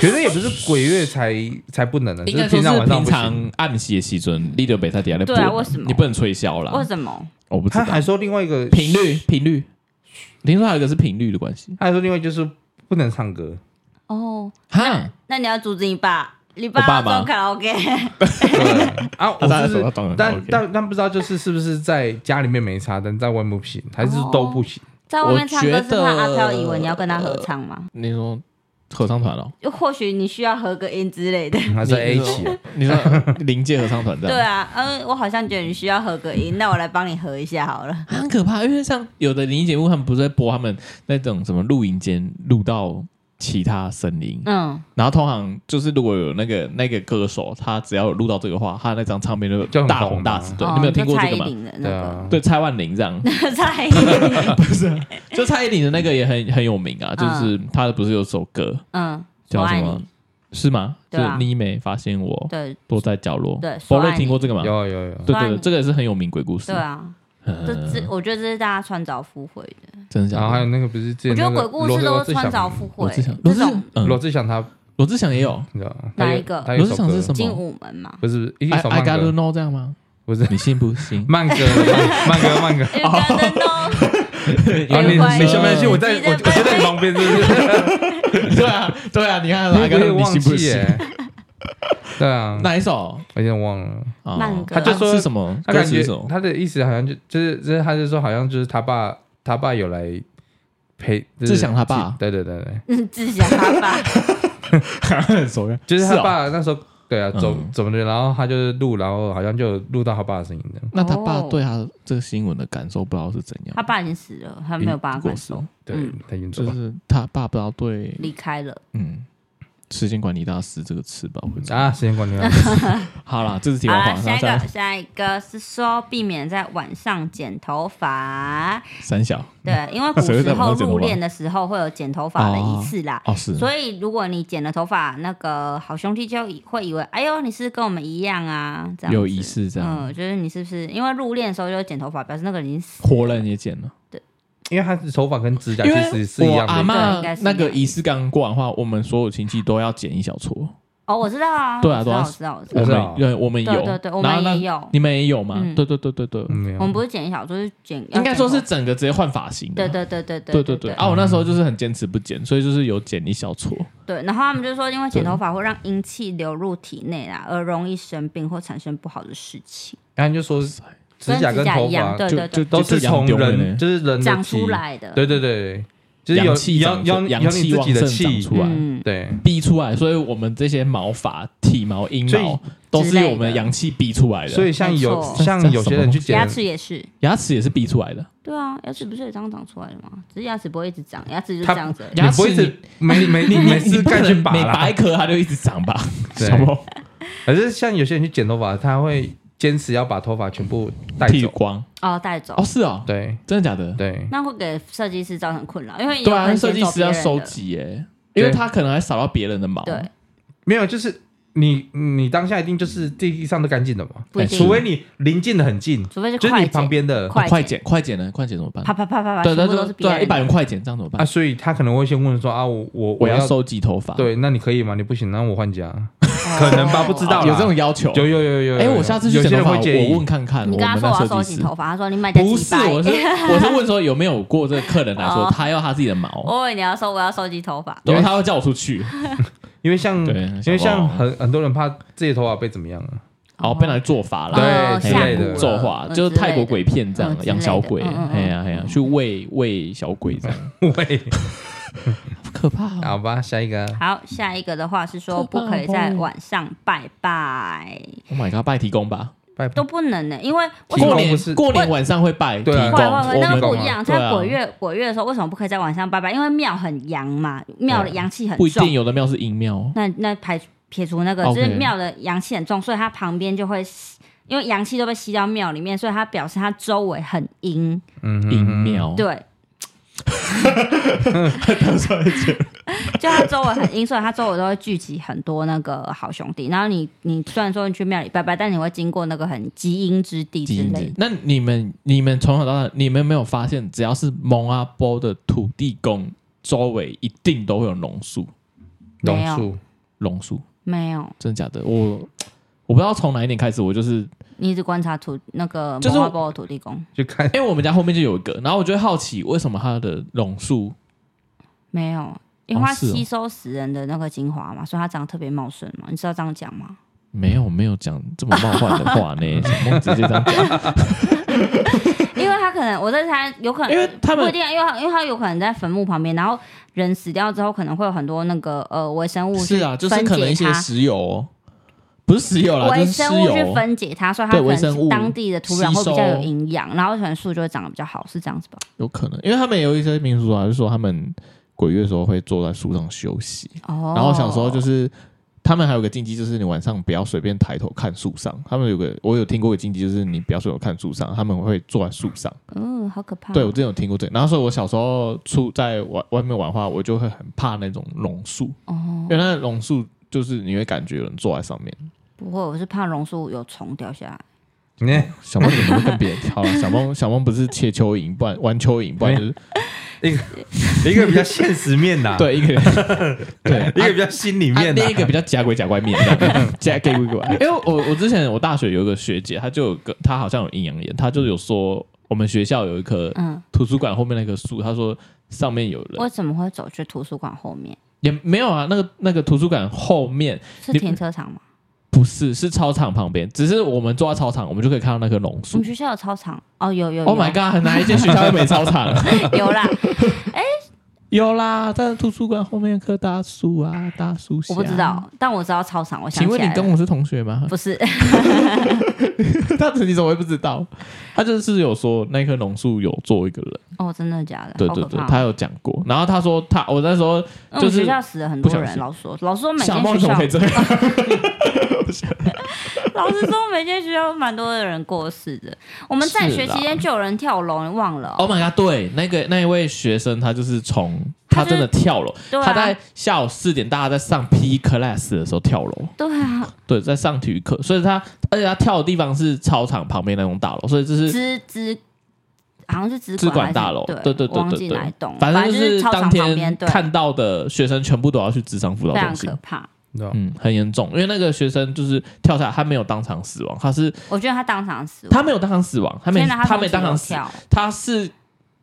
S3: 可是也不是鬼月才才不能的，
S2: 应该
S3: 就
S2: 说
S3: 平常
S2: 是
S3: 晚上
S2: 平
S3: 不行。
S2: 常暗时的时阵，你就北在底下那
S1: 对啊为什么
S2: 你不能吹箫
S1: 为
S2: 啦？
S1: 什么？
S2: 我不知
S3: 他
S2: 道
S3: 还说另外一个，
S2: 频率频率，听说还有一个是频率的关系
S3: 他还说另外就是不能唱歌，
S1: 哦，
S2: 哈。”
S1: 那你要阻止你爸你爸
S2: 爸妈
S1: 做卡拉 OK，
S3: 对啊，我
S2: 他当然
S3: 就
S2: 手要
S3: 是
S2: 当然，嗯
S3: 但
S2: OK
S3: 但但不知道就是是不是在家里面没差，但在外面不行，还
S1: 哦
S3: 是都不行。
S1: 在外面唱歌
S2: 我
S1: 是
S2: 觉得
S1: 怕阿飘以为你要跟他合唱吗？
S2: 你说合唱团哦，
S1: 就或许你需要合个音之类 的。
S3: 还是 A 起啊，
S2: 你说临界合唱团这
S1: 对
S2: 样，
S1: 啊，嗯，我好像觉得你需要合个音，那我来帮你合一下好 了。
S2: 啊很可怕。因为像有的灵异节目，他们不是在播他们那种什么录音间录到其他声音，
S1: 嗯，
S2: 然后通常就是如果有那个那个歌手，他只要有录到这个话，他那张唱片就
S3: 就很
S2: 大
S3: 红
S2: 红
S3: 嘛
S2: 大紫。对，
S1: 哦
S2: 你没有听过这
S1: 就
S2: 个
S1: 蔡
S2: 吗
S1: 依？林的那
S3: 对
S1: 个
S3: 啊，
S2: 对，啊蔡万玲这样，
S1: 蔡依 林，
S2: 不是啊，就蔡依林的那个也很很有名啊，就是她的不是有首歌
S1: 嗯，我
S2: 叫什
S1: 爱
S2: 么哦
S1: 你，？
S2: 是吗？就
S1: 对啊
S2: 是你没发现我
S1: 对
S2: 躲在角落。
S1: 对说
S2: 博
S1: 爱
S2: 瑞
S1: 你
S2: 听过这个吗？
S3: 有有有，
S2: 对
S1: 说爱
S2: 对对，
S1: 你
S2: 这个也是很呃有名鬼故事。
S1: 对啊，这这我觉得这是大家穿凿附会的。
S2: 真的假
S3: 然后还有
S2: 的？
S3: 那个不是之
S1: 我
S3: 前
S1: 觉得
S3: 那
S1: 鬼
S3: 个
S1: 故
S3: 罗
S1: 事都
S3: 罗
S1: 是
S3: 志
S1: 穿凿
S3: 祥，
S1: 附
S2: 罗
S1: 会
S2: 志祥，，
S1: 这
S2: 罗志
S1: 种
S2: 祥，嗯
S3: 罗，志祥他
S2: 罗志祥也有。
S3: 你知道吗？
S1: 哪
S3: 他有
S1: 一个
S3: 他有一
S2: 罗志
S3: 首
S2: 祥
S3: 歌
S2: 是什么
S1: 精武门 嘛，
S3: 不是一
S2: I
S3: 首
S2: I
S3: 慢
S2: gotta
S3: 歌，
S2: know 这样吗？
S3: 不是？
S2: 你信不信
S3: 慢歌，慢歌， 慢歌。
S1: You gotta know，
S3: 啊，你
S1: 有关
S3: 你相不相信我
S1: 系
S3: 在
S1: 记得
S3: 我我就在你旁边，是不 是？
S2: 对啊，对啊，你看
S3: 我
S2: I
S3: 有
S2: gotta
S3: 点
S2: 你
S3: 忘
S2: 信不
S3: 记
S2: 信？
S3: 耶。对啊，
S2: 哪一首？
S3: 我有点忘了。
S2: 哦
S1: 慢歌
S2: 他就
S3: 他说
S2: 是什么？
S3: 他
S2: 歌
S3: 感
S2: 词
S3: 觉
S2: 是什么？
S3: 他的意思好像就就是就是，他就说好像就是他爸他爸有来陪
S2: 志祥他爸
S3: 对对对对，
S1: 嗯 志祥他爸，
S2: 很熟呀，
S3: 就是啊
S2: 是
S3: 他
S2: 哦
S3: 爸那时候对啊，走
S2: 嗯
S3: 走的，然后他就录，然后好像就有录到他爸的声音的。
S2: 那他爸
S1: 哦
S2: 对他这个新闻的感受不知道是怎样
S1: 他，爸已经死了，他没有办法
S2: 过
S1: 感
S2: 世
S1: 受，
S3: 对
S1: 嗯，
S3: 太严重
S2: 就
S3: 了。
S2: 是他爸不知道对
S1: 离开了。
S2: 嗯时间管理大师这个词吧会怎样。
S3: 啊，时间 管理啊，
S2: 好啦，这是题
S1: 好
S2: 外
S1: 了，
S2: 话，
S1: 下
S2: 那
S1: 一
S2: 再
S1: 个，
S2: 来
S1: 下一个是说避免在晚上剪头发，
S2: 三小
S1: 对，因 为古
S2: 谁会嗯在
S1: 时候
S2: 晚上剪头
S1: 入
S2: 发
S1: 殓的时候会有剪头发的仪式啦。
S2: 哦是，
S1: 所以，如果你剪了头发，那个好兄弟就以会以为，哎呦，你是不是跟我们一样啊，这样子
S2: 有仪式这样，
S1: 嗯，就是你是不是因为入殓的时候就剪头发，表示那个人已经死
S2: 活人也剪了，
S3: 因为他的头发跟指甲
S2: 因
S3: 啊其
S2: 为
S3: 实是一
S2: 我
S3: 样
S2: 阿
S3: 的。
S1: 对
S2: 妈
S1: 应该是一
S2: 那
S1: 样
S2: 个仪式刚过完的话，我们所有亲戚都要剪一小撮，
S1: 哦，我知道啊，
S2: 对啊
S1: 我知道，
S2: 对啊
S1: 我知道，我知
S2: 我
S1: 道。
S3: 是啊
S2: 们对我们有，
S1: 对对对我们
S2: 然后那
S1: 也有
S2: 你们也有吗？
S1: 嗯
S2: 对对对对对，
S3: 嗯没有
S1: 我们不是剪一小，就是剪，
S2: 应该说是
S1: 要剪头
S2: 整个直接换发型
S1: 发
S2: 的，
S1: 啊对对对对对
S2: 对
S1: 嗯
S2: 对对
S1: 对
S2: 啊！我那时候就是很坚持不剪，所以就是有剪一小撮。
S1: 对。然后他们就说，因为剪头发会让阴气流入体内啦，而容易生病或产生不好的事情，
S3: 然后就说指甲跟
S1: 指甲
S3: 头
S1: 一样
S3: 发
S1: 对
S2: 就
S1: 对
S2: 就
S1: 对
S3: 都是从人，就是人的
S1: 长
S3: 体
S1: 出来的。
S3: 对对对，就是有
S2: 阳气
S3: 有
S2: 长
S3: 有
S2: 出
S3: 有
S2: 阳
S3: 你自
S2: 气
S3: 己的
S2: 旺盛长
S3: 气，
S2: 出来
S1: 嗯，
S3: 对，
S2: 逼出来，所以我们这些毛发、体毛、阴
S3: 所以
S2: 毛都
S1: 之
S2: 是
S1: 类的
S2: 我们阳气逼出来的，
S3: 所以像
S1: 没
S3: 有
S1: 错
S3: 像有些人去
S1: 牙
S3: 剪，
S1: 齿也是。
S2: 牙齿也是逼出来的。
S1: 对啊，牙齿不是也这样长出来的吗？只是牙齿不会一直长，牙齿就
S3: 它
S1: 这样子而已。
S3: 你不会
S2: 牙齿
S3: 是没 没
S2: 你
S3: 没
S2: 你
S3: 事
S2: 不
S3: 干
S2: 可
S3: 去
S2: 能
S3: 拔
S2: 每拔
S3: 啦
S2: 一，颗它就一直长吧？
S3: 对
S2: 什么
S3: 可是像有些人去剪头发，他会坚持要把头发全部带
S2: 剃
S3: 走，
S2: 光？
S1: 哦，带走
S2: 哦，，是哦，
S3: 对
S2: 真的假的？
S3: 对，
S1: 那会给设计师造成困扰，因为有
S2: 对
S1: 可
S2: 啊，
S1: 能
S2: 设计师要
S1: 剪走
S2: 收
S1: 别人的。
S2: 集耶，因为
S3: 对
S2: 他可能还扫到别人的毛。
S1: 对，
S3: 没有就是你你当下一定就是地上都干净的嘛，
S1: 不一
S2: 哎
S1: 定，
S3: 除非你临近的很近，
S1: 除非是
S3: 就是
S1: 快
S3: 你
S1: 剪
S3: 旁，边的
S1: 快
S2: 快
S1: 剪
S2: 剪快剪呢？快剪怎么办？
S1: 啪啪啪啪啪，
S2: 对
S1: 全
S2: 对
S1: 部都
S2: 对啊
S1: 是别
S2: 对，
S1: 人
S2: 一
S1: 哦
S2: 百
S1: 的。
S2: 元快剪这样怎么
S3: 啊，
S2: 办？
S3: 所以他可能会先问说啊，我我
S2: 我要收集头发，
S3: 对，那你可以吗？你不行，那我换家，
S1: 哦
S3: 可能吧不知道
S2: 啊，
S3: 啦
S2: 有这种要求。
S3: 有有有有有，
S2: 哎，我下次去
S3: 有
S2: 剪
S3: 些
S2: 头
S3: 人
S2: 发，
S3: 会介
S2: 我
S3: 意
S2: 问。看看。
S1: 你跟他
S2: 们
S1: 说
S2: 那
S1: 我要
S2: 设
S1: 收
S2: 计
S1: 紧
S2: 师
S1: 头发，他说你买家
S2: 不
S1: 几
S2: 是，
S1: 百。
S2: 我是我是问说有没有过这个客人来说
S1: 哦
S2: 他要他自己的毛，
S1: 我以为你要说我要收集头发，
S2: 然后他会叫我出去，
S3: 因为像
S2: 对
S3: 因
S2: 小
S3: 为像
S2: 宝啊
S3: 很很多人怕自己头发被怎么样啊？
S2: 然后被拿来做法啦，
S3: 对
S1: 哦
S3: 之
S1: 吓
S3: 类的
S1: 蛊
S2: 做
S1: 了
S2: 法
S1: 嗯
S2: 就是
S1: 之类
S2: 泰国
S1: 的
S2: 鬼片这
S1: 嗯之，
S2: 样
S1: 类的
S2: 养小鬼，
S1: 嗯嗯嗯
S2: 哎呀哎呀，去喂喂小鬼 这样，
S3: 喂，
S2: 可怕啊。
S3: 好吧，下一个
S1: 好，下一个的话是说
S2: 太棒
S1: 不
S2: 了
S1: 可以在晚上拜拜，
S2: Oh my god，拜提供吧，
S3: 拜拜
S1: 都不能呢，因为为
S3: 提
S1: 什
S3: 供
S1: 么
S2: 过
S3: 不
S2: 年
S3: 是
S2: 过年晚上会拜提
S3: 对
S2: 供，
S3: 啊
S1: 会会会，
S2: 嗯我
S1: 那个
S2: 们
S1: 不一样。
S2: 对啊
S1: 在鬼月鬼月的时候，为什么不可以在晚上拜拜？因为庙很阳嘛，庙的
S3: 对
S1: 阳气很
S2: 啊不一
S1: 重
S2: 定，有的庙是阴庙哦，
S1: 那那排除撇除那个
S2: OK
S1: 就是庙的阳气很重，所以它旁边就会吸因为阳气都被吸到庙里面，所以它表示它周围很阴。
S3: 嗯
S2: 阴，庙，
S1: 对，就它周围很阴，所以它周围都会聚集很多那个好兄弟。然后你你虽然说你去庙里拜拜，但你会经过那个很极阴之地
S2: 基
S1: 之
S2: 因
S1: 类
S2: 子
S1: 的。。
S2: 那你们你们从小到大，你们有没有发现，只要是蒙阿波的土地公周围一定都会有榕树，
S1: 没有
S3: 榕树
S2: 榕树，
S1: 没有，
S2: 真的假的？我我不知道从哪一年开始，我 就是
S1: 你一直观察土那个
S2: 就是
S1: 摩阿波的土地公，
S3: 就 看
S2: 哎因为我们家后面就有一个，然后我就会好奇为什么它的榕树
S1: 没有，因为它
S2: 哦是哦
S1: 吸收死人的那个精华嘛，所以它长得特别茂盛嘛。你知道这样讲吗？
S2: 没有没有讲这么冒犯的 话呢，小梦直接这样讲，
S1: 因为它可能，我在猜，有可能
S2: 因为他
S1: 不一
S2: 们
S1: 定啊，因为它因为它有可能在坟墓旁边，然后人死掉之后，可能会有很多那个呃微生物
S2: 是啊，
S1: 去
S2: 就是
S1: 分
S2: 可能
S1: 解
S2: 一些
S1: 它。
S2: 石油哦，不是石油啦，
S1: 微
S2: 就是石
S1: 生物去
S2: 油。
S1: 分解它，所以它
S2: 对
S1: 可
S2: 微生
S1: 能
S2: 物
S1: 当地的土壤
S2: 吸
S1: 会比较有
S2: 收
S1: 营养，然后可能树就会长得比较好，是这样子吧？
S2: 有可能，因为他们有一些民俗啊，就说他们鬼月的时候会坐在树上休息，
S1: 哦，
S2: 然后想说就是。他们还有个禁忌，就是你晚上不要随便抬头看树上。他们有个，我有听过一个禁忌，就是你不要随手看树上，他们会坐在树上。
S1: 嗯，好可怕。
S2: 对我之前有听过这个，然后所以我小时候出在外外面玩的话，我就会很怕那种榕树，
S1: 哦
S2: 因，为那榕树就是你会感觉有人坐在上面。
S1: 不会，我是怕榕树有虫掉下来。
S3: 你
S2: 小梦怎么会跟别人跳？小梦小梦不是切蚯蚓，不然玩蚯蚓，不然就是
S3: 一个比较现实面呐、，
S2: 对一个人对
S3: 一个比较心里
S2: 啊
S3: 面呐、
S2: 另一个比较假鬼假怪面，这样假鬼鬼怪。因为我我之前我大学有一个学姐，她就有个她好像有阴阳眼，她就有说我们学校有一棵
S1: 嗯，
S2: 图书馆后面那棵树，她说上面有人，
S1: 为什么会走去图书馆后面？
S2: 也没有啊，那个那个图书馆后面
S1: 是
S2: 你
S1: 停车场吗？
S2: 不是是操场旁边，只是我们坐在操场，我们就可以看到那棵榕
S1: 我
S2: 树
S1: 们。学校有操场哦，有有有
S2: Oh my god！哪一间学校又没操场？啊
S1: 有 啦，
S2: 有啦，在图书馆后面有棵大树啊，大树下。
S1: 我不知。道，但我知道操场，我想
S2: 啊请
S1: 起
S2: 问你
S1: 来
S2: 跟
S1: 了。
S2: 我是同学吗？
S1: 不是，
S2: 他你怎么会不知道？他就是有说那棵榕树有做一个人，
S1: 哦，真的假的？
S2: 对
S1: 好
S2: 对
S1: 可
S2: 对
S1: 怕，
S2: 他有讲过。然后他说他我那时候
S1: 因为
S2: 就
S1: 我们学
S2: 是
S1: 校死了很
S2: 不
S1: 多
S2: 小
S1: 人，
S2: 心
S1: 老师说，老师说每
S2: 小
S1: 间
S2: 梦
S1: 学
S2: 怎么
S1: 校哦
S2: 可以这样？
S1: 老师说，每间学校有蛮多的人过世的。我们在学期间就有人跳楼，你忘了哦、
S2: Oh my god！对，那个那一位学生他就是从
S1: 他
S2: 他
S1: 就是
S2: 真的跳楼，
S1: 对啊
S2: 他在下午四点大家在上 P class 的时候跳楼，
S1: 对啊，
S2: 对，在上体育课，所以他而且他跳的地方是操场旁边那种大楼，所以这是
S1: 资资好像是资
S2: 资管
S1: 还是
S2: 大楼
S1: 对
S2: 对对对对
S1: 我忘记
S2: 对
S1: 哪一栋，
S2: 反正
S1: 就
S2: 就是
S1: 操场
S2: 当
S1: 旁
S2: 天
S1: 边，对，
S2: 看到的学生全部都要去智商辅导
S1: 非常
S2: 中心
S1: 可。怕。
S3: 对吧
S2: 嗯，很严重，因为那个学生就是跳下来，他没有当场死亡，他是
S1: 我觉得他当场死亡，
S2: 他没有当场死亡，他没
S1: 天哪他
S2: 他没
S1: 从
S2: 当
S1: 几楼
S2: 场死，
S1: 跳，
S2: 他是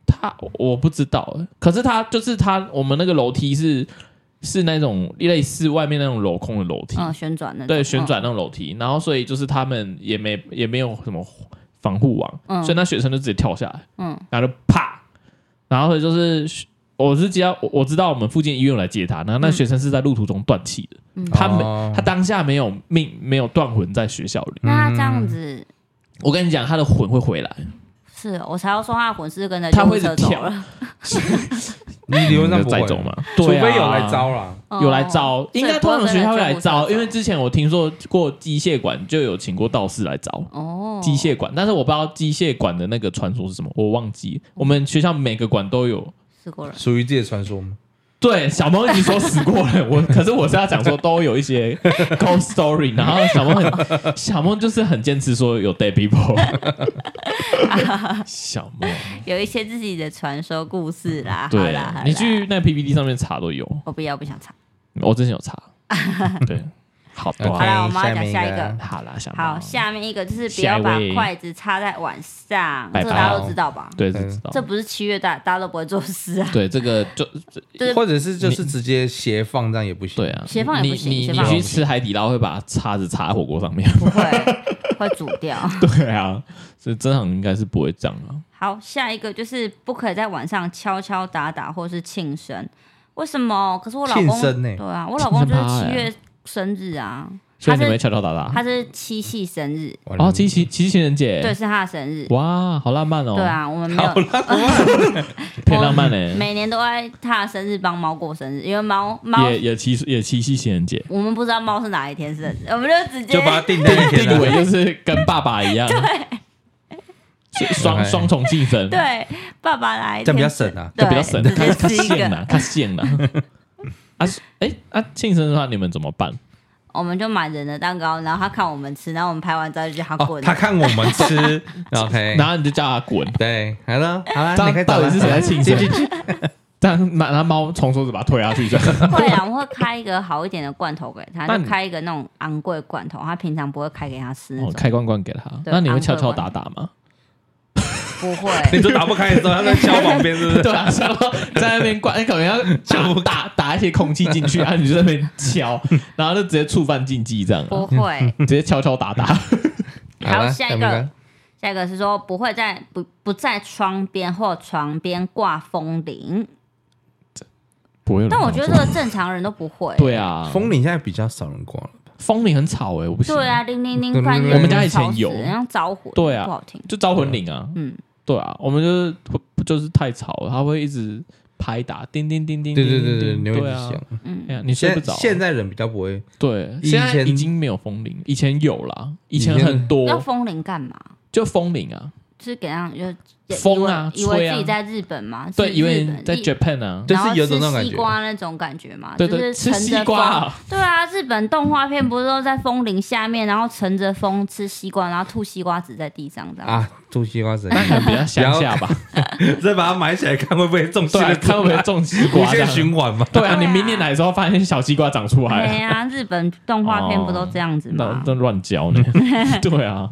S2: 他我不知道，可是他就是他，我们那个楼梯是是那种类似外面那种镂空的楼梯，
S1: 嗯，旋转那种
S2: 对，旋转那种楼梯，然后所以就是他们也没也没有什么防护网，
S1: 嗯
S2: 所以那学生就直接跳下来，
S1: 嗯，
S2: 然后就啪，然后所以就是。我是知道，我我知道我们附近医院有来接他，然后那
S1: 嗯
S2: 学生是在路途中断气的，他没
S3: 哦
S2: 他当下没有命，没有断魂在学校里。
S1: 那他这样子。
S2: 嗯我跟你讲，他的魂会回来，
S1: 是我才要说他的魂是跟着
S2: 他
S1: 救护
S2: 会一直
S1: 车走
S2: 跳
S1: 了，
S3: 你理论上不
S2: 再
S3: 会
S2: 走嘛？
S3: 除
S2: 对啊
S3: 非有来招啦。
S1: 哦
S2: 有来招，应该
S1: 所以不
S2: 通
S1: 会
S2: 常学校会来
S1: 跟着救
S2: 招，
S1: 护车走
S2: 因为之前我听说过机械馆就有请过道士来招
S1: 哦，
S2: 机械馆，但是我不知道机械馆的那个传说是什么，我忘记。我们学校每个馆都有。
S1: 死过人，
S3: 属于自己的传说吗？
S2: 对，小萌已经说死过了，我 可是我是要讲说都有一些 ghost story，然后小萌 很小萌就是很坚持说有 dead people，小萌
S1: 有一些自己的传说故事啦。好
S2: 嗯对啊
S1: 啦，好啦
S2: 你去那 PPT 上面查都有，
S1: 我不要，不想唱。
S2: 我之前有查，对，好多
S1: 好
S2: 啊，
S1: 啦我们要讲下一个
S2: 好啦，小萌
S1: 好，下面一个就是不
S2: 下
S1: 要
S2: 一
S1: 把
S2: 位
S1: 筷子插在碗上，
S2: 拜
S1: 这个大家
S2: 拜
S1: 都知道吧？
S2: 对，是知道
S1: 这。不是七月大，大家都不会做事 啊。
S2: 对，这个就
S1: 对
S3: 或者是就是直接斜放这样也不行。
S2: 对，啊，
S1: 斜放也
S2: 你
S1: 不行
S2: 你
S1: 斜
S2: 你
S1: 放也
S2: 去
S1: 不
S2: 吃海底捞会把叉子插在火锅上面。
S1: 不会，会煮掉。
S2: 对啊，所以真行应该是不会这样啊。
S1: 好，下一个就是不可以在晚上敲敲打打或是庆生，为什么？可是我老公
S3: 庆生呢
S2: 哦
S1: 对啊，我老公就是
S2: 庆
S3: 哎
S1: 七
S2: 生趴欸
S1: 月生日啊，
S2: 所
S1: 他
S2: 以你
S1: 是
S2: 们敲敲打
S3: 啊
S2: 打
S1: 他是七夕生日，
S3: 完了
S2: 哦，七夕七夕情人节，
S1: 对，是他的生日。
S2: 哇，好浪漫哦，
S1: 对，啊，我们没有
S2: 偏浪漫嘞，
S1: 每年都在他的生日帮猫过生日，因为猫猫
S2: 也也七也七夕情人节，
S1: 我们不知道猫是哪一天生日， 我们就直接
S3: 就把它定在一天
S2: 定为
S3: 了。
S2: 就是跟爸爸一样，对，双
S3: OK
S2: 双重晋 升，
S1: 对，爸爸来，
S3: 这样比较省啊
S2: 这
S1: 对，
S2: 比较省，
S1: 直接
S2: 看看
S1: 吃一
S2: 线
S1: 个，
S2: 了，看线了。啊， 是哎，啊，庆生的话你们怎么办？
S1: 我们就买人的蛋糕，然后他看我们吃，然后我们拍完照就叫他
S3: 哦，
S1: 滚。
S3: 他看我们 吃，OK，
S2: 然后你就叫他滚，
S3: 对，好了，好了，
S2: 这
S3: 啊你可以
S2: 样
S3: 走
S2: 到底
S3: 了
S2: 是谁在庆生？这样拿拿猫从手指把它推下去，这样
S1: 会啊，我们会开一个好一点的罐头给 他，
S2: 那
S1: 就
S2: 你
S1: 开一个那种昂贵罐头，他平常不会开给他吃那
S2: 哦，
S1: 种。
S2: 开罐罐给他。
S1: 对
S2: 那你会敲敲打打吗？
S1: 不 会，
S3: 你就打不开的时候，它在敲旁边，是不是？
S2: 对啊，然后在那边关，哎可能要打打打一些空气进 去，然后啊你就在那边敲，然后就直接触犯禁忌这样、啊
S3: 哦
S1: 不，会。
S2: 直接敲敲打 打。
S1: 好
S3: 啦
S1: 下一个
S3: 下面看
S1: 下一个是说不会在不不在窗边或床边挂风铃，
S2: 不会有人
S1: 但我觉
S2: 这
S1: 得
S2: 样
S1: 这
S2: 做
S1: 个正常人都不会。
S2: 对啊，
S3: 风铃现在比较少人挂了，
S2: 风铃很吵哎、我不行。
S1: 对啊，铃铃铃，半夜
S3: 我们
S2: 家以
S1: 吵
S2: 前
S1: 死
S2: 有
S1: 人家着火，
S2: 对啊
S1: 不好听。
S2: 就招魂铃啊，
S1: 嗯，
S2: 对啊，我们就是不就是太吵了，它会一直拍打，叮叮叮叮，
S3: 对对
S2: 叮叮
S3: 对对，
S2: 叮
S3: 你会一直
S2: 对啊
S3: 响。。
S2: 哎
S1: 嗯，
S2: 呀，你睡不
S3: 现
S2: 着
S3: 在
S2: 啊。
S3: 现在人比较不会，
S2: 对，
S3: 以
S2: 现在
S3: 前
S2: 已经没有风铃，以前有啦，以
S3: 前
S2: 前很
S1: 要
S2: 多，
S1: 风铃干嘛？
S2: 就风铃啊，
S1: 就是给让就
S2: 风啊
S1: 以为以
S2: 吹
S1: 为
S2: 啊
S1: 自己在日本嘛，
S2: 对，
S1: 是
S2: 因为
S1: 日本
S2: 在
S1: 日
S2: Japan 啊，
S3: 对
S1: 然后
S3: 是有种
S1: 吃
S3: 那种感
S1: 西
S3: 觉
S1: 瓜那种感觉嘛，
S2: 对
S1: 就是
S2: 对，吃
S1: 乘
S2: 西
S1: 着
S2: 瓜
S1: 风。
S2: 啊，
S1: 对啊，日本动画片不是都在风铃下面，然后乘着风吃西瓜，然后吐西瓜籽在地上这样。
S3: 啊，种西瓜籽，
S2: 那可能比较乡下吧，
S3: 再把它埋起来看会不会种西
S2: 对
S3: 瓜
S2: 啊，
S3: 籽，
S2: 看会不 会种西
S3: 无
S2: 瓜这
S3: 限
S2: 样。
S3: 循环嘛。
S2: 对啊，
S1: 对啊
S2: 你明年来的时候发现小西瓜长 出来
S1: 对
S2: 了，
S1: 啊，日本动画片不都这样子
S2: 那
S1: 吗？
S2: 那乱 教呢？对啊，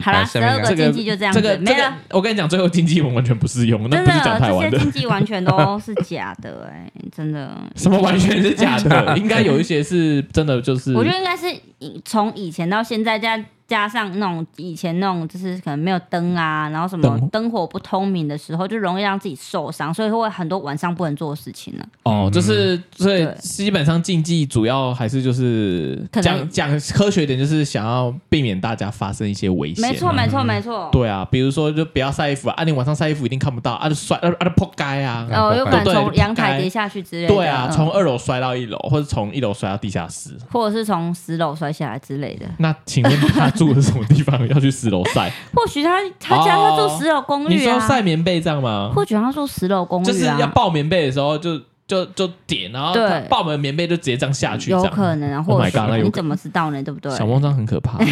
S1: 好啦，
S3: 好
S1: 十
S3: 下面
S1: 二
S3: 这
S1: 个
S2: 这个
S1: 禁忌就这样
S2: 这
S1: 子，
S2: 个这
S1: 没了
S2: 个。，我跟你讲，最后经济我们完全不适用，那
S1: 真
S2: 不
S1: 的啊
S2: 是讲台湾
S1: 这
S2: 的
S1: 些。禁忌完全都是假的、哎，真的。
S2: 什么完全是假的，应该有一些是真的，就是
S1: 啊我觉得应该是以从以前到现在加加上那种以前那种就是可能没有灯啊，然后什么
S2: 灯
S1: 灯火不通明的时候，就容易让自己受伤，所以会很多晚上不能做的事情呢、
S2: 哦，就是所以
S1: 对
S2: 基本上竞技主要还是就是
S1: 可能
S2: 讲讲科学一点，就是想要避免大家发生一些危险。
S1: 没错，。没错，没错。
S2: 对啊，比如说就不要晒衣服啊，啊你晚上晒衣服一定看不到啊，就摔啊啊就扑街啊。
S1: 哦，有可能
S2: 对
S1: 从阳台
S2: 该
S1: 跌下去之类的。
S2: 对啊，
S1: 嗯
S2: 从二楼摔到一楼，或者从一楼摔到地下室。
S1: 或者是从十楼摔下来之类的。
S2: 那请问他住的什么地方要去十楼 晒？
S1: 或许他他家他住十楼公
S2: 哦你
S1: 寓
S2: 说
S1: 啊，
S2: 晒棉被这样吗？
S1: 或许他住十楼公寓啊，
S2: 就是要抱棉被的时候就就就点，然后
S1: 对
S2: 他抱完棉被就直接这样下去，
S1: 有
S2: 这样。
S1: 可能啊，
S2: Oh
S1: 或
S2: my
S1: 许
S2: god，那有
S1: 你
S2: 可
S1: 怎么知道呢？对不对？
S2: 小梦这样很可怕，
S3: 啊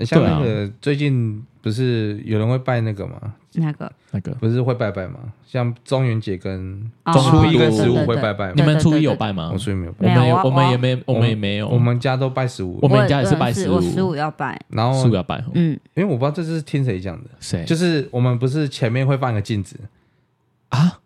S3: 像那个最近不是有人会拜那个吗？
S1: 那个
S2: 那个
S3: 不是会拜拜吗？像中元节跟
S1: 哦
S3: 初一
S2: 对对
S3: 跟十五
S1: 对
S3: 会
S1: 对
S3: 拜拜
S2: 你
S3: 吗，
S2: 们初一有拜吗
S3: 我？初一没有拜，
S2: 我们
S1: 没有
S2: 有，
S1: 我
S2: 我们
S1: 我啊
S2: 也没，我们也没有，
S3: 我们家都拜十五
S2: 我，们
S1: 也
S2: 家也是
S1: 嗯
S2: 拜
S1: 是
S2: 15
S1: 我十五要拜，
S3: 然后
S2: 是不要拜哦？
S1: 嗯，
S3: 因为我不知道这是听谁讲的，
S2: 谁？
S3: 就是我们不是前面会放一个镜子，
S2: 啊？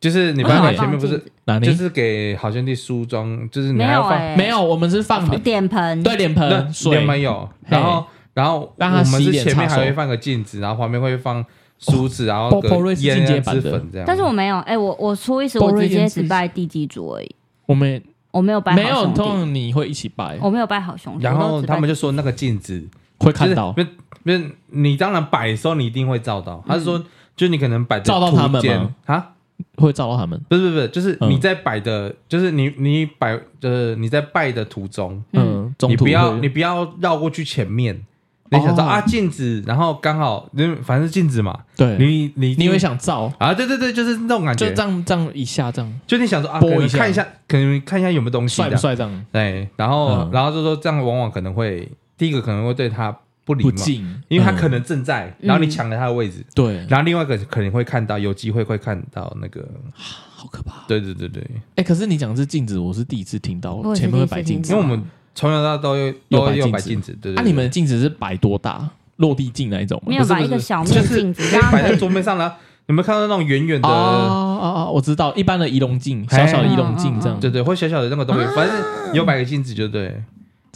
S3: 就是你
S1: 你
S3: 拜拜前面不是
S2: 哪
S3: 就
S2: 里？
S3: 是给好兄弟梳妆，就是你
S1: 没
S3: 还
S1: 有
S3: 要放
S1: 哎，
S2: 没有，我们是放
S1: 哦点盆，
S2: 对脸
S3: 那
S2: 盆水
S3: 你，们有，然后然后
S2: 让它
S3: 我们
S2: 洗
S3: 是
S2: 脸
S3: 前面
S2: 擦
S3: 还会
S2: 手
S3: 放个镜子，然后旁边会放梳子，然后
S2: Bob
S3: 个
S2: Roy 是
S3: 烟
S2: 进阶
S3: 啊
S2: 版
S3: 脂
S2: 的
S3: 粉这样。
S1: 但是我没有，哎，我我初一十五直接只拜地基主而已，
S2: 我们
S1: 我没有拜
S2: 没
S1: 好
S2: 有，
S1: 兄
S2: 通
S1: 弟，
S2: 常你会一起拜，
S3: 哦
S1: 我没有拜好兄弟，
S3: 然
S1: 我都
S3: 后
S1: 只
S3: 他们
S1: 拜
S3: 就说那个镜子
S2: 会
S3: 就是
S2: 看到
S3: 不是不是你当然摆的时候你一定会照到，他是说就你可能摆的
S2: 照到
S3: 途
S2: 他们
S3: 间
S2: 吗
S3: 啊？
S2: 会照到他们。
S3: 不是不是不是，就是
S2: 嗯
S3: 你在摆的，就是你你摆就是你在拜的途中，
S2: 嗯，中
S3: 你
S2: 途
S3: 不要
S2: 会
S3: 你不要绕过去前面。你想说
S2: 哦
S3: 啊镜子，然后刚好，因为反正是镜子嘛，
S2: 对，
S3: 你你
S2: 你会想照，
S3: 啊，对对对，就是那种感
S2: 就
S3: 觉
S2: 这，样这样一下这样，
S3: 就你想说啊，
S2: 拨
S3: 可能
S2: 一下
S3: 看一下，可能看一下有没有东西
S2: 帅不
S3: 的，
S2: 帅这样？
S3: 对，然后
S2: 嗯
S3: 然后就说这样往往可能会第一个可能会对他不礼
S2: 不
S3: 貌，
S2: 敬，
S3: 因为他
S2: 嗯
S3: 可能正在，然后你抢了他的位置，
S2: 对，
S3: 然后另外一个可能会看到有机会会看到那个，
S2: 好可怕。
S3: 对对对对，
S2: 哎，可是你讲是镜子，我是第一次听到
S1: 我也是
S2: 前面
S1: 第一
S2: 会
S1: 次
S2: 摆
S1: 听
S2: 镜子
S3: 因为
S1: 到
S3: 我们从小到大都有
S2: 有
S3: 都
S2: 摆
S3: 有
S2: 镜
S3: 摆
S2: 子
S3: 镜子，对对
S2: 那、
S3: 对
S2: 啊你们的镜子是摆多大？落地镜那一种吗
S1: 没？有
S3: 不是
S1: 把
S3: 不
S1: 一个
S3: 是
S1: 小
S3: 就
S1: 面
S3: 是
S1: 镜子
S3: 可以
S1: 让它
S3: 摆
S1: 可
S3: 在
S1: 以
S3: 桌面上呢，你们看到那种圆圆
S2: 哦
S3: 的，
S2: 哦哦，我知道，一般的仪容镜，小小的仪容镜这样，
S3: 对对，或小小的那个
S2: 啊
S3: 东西，反正有摆个镜子就对。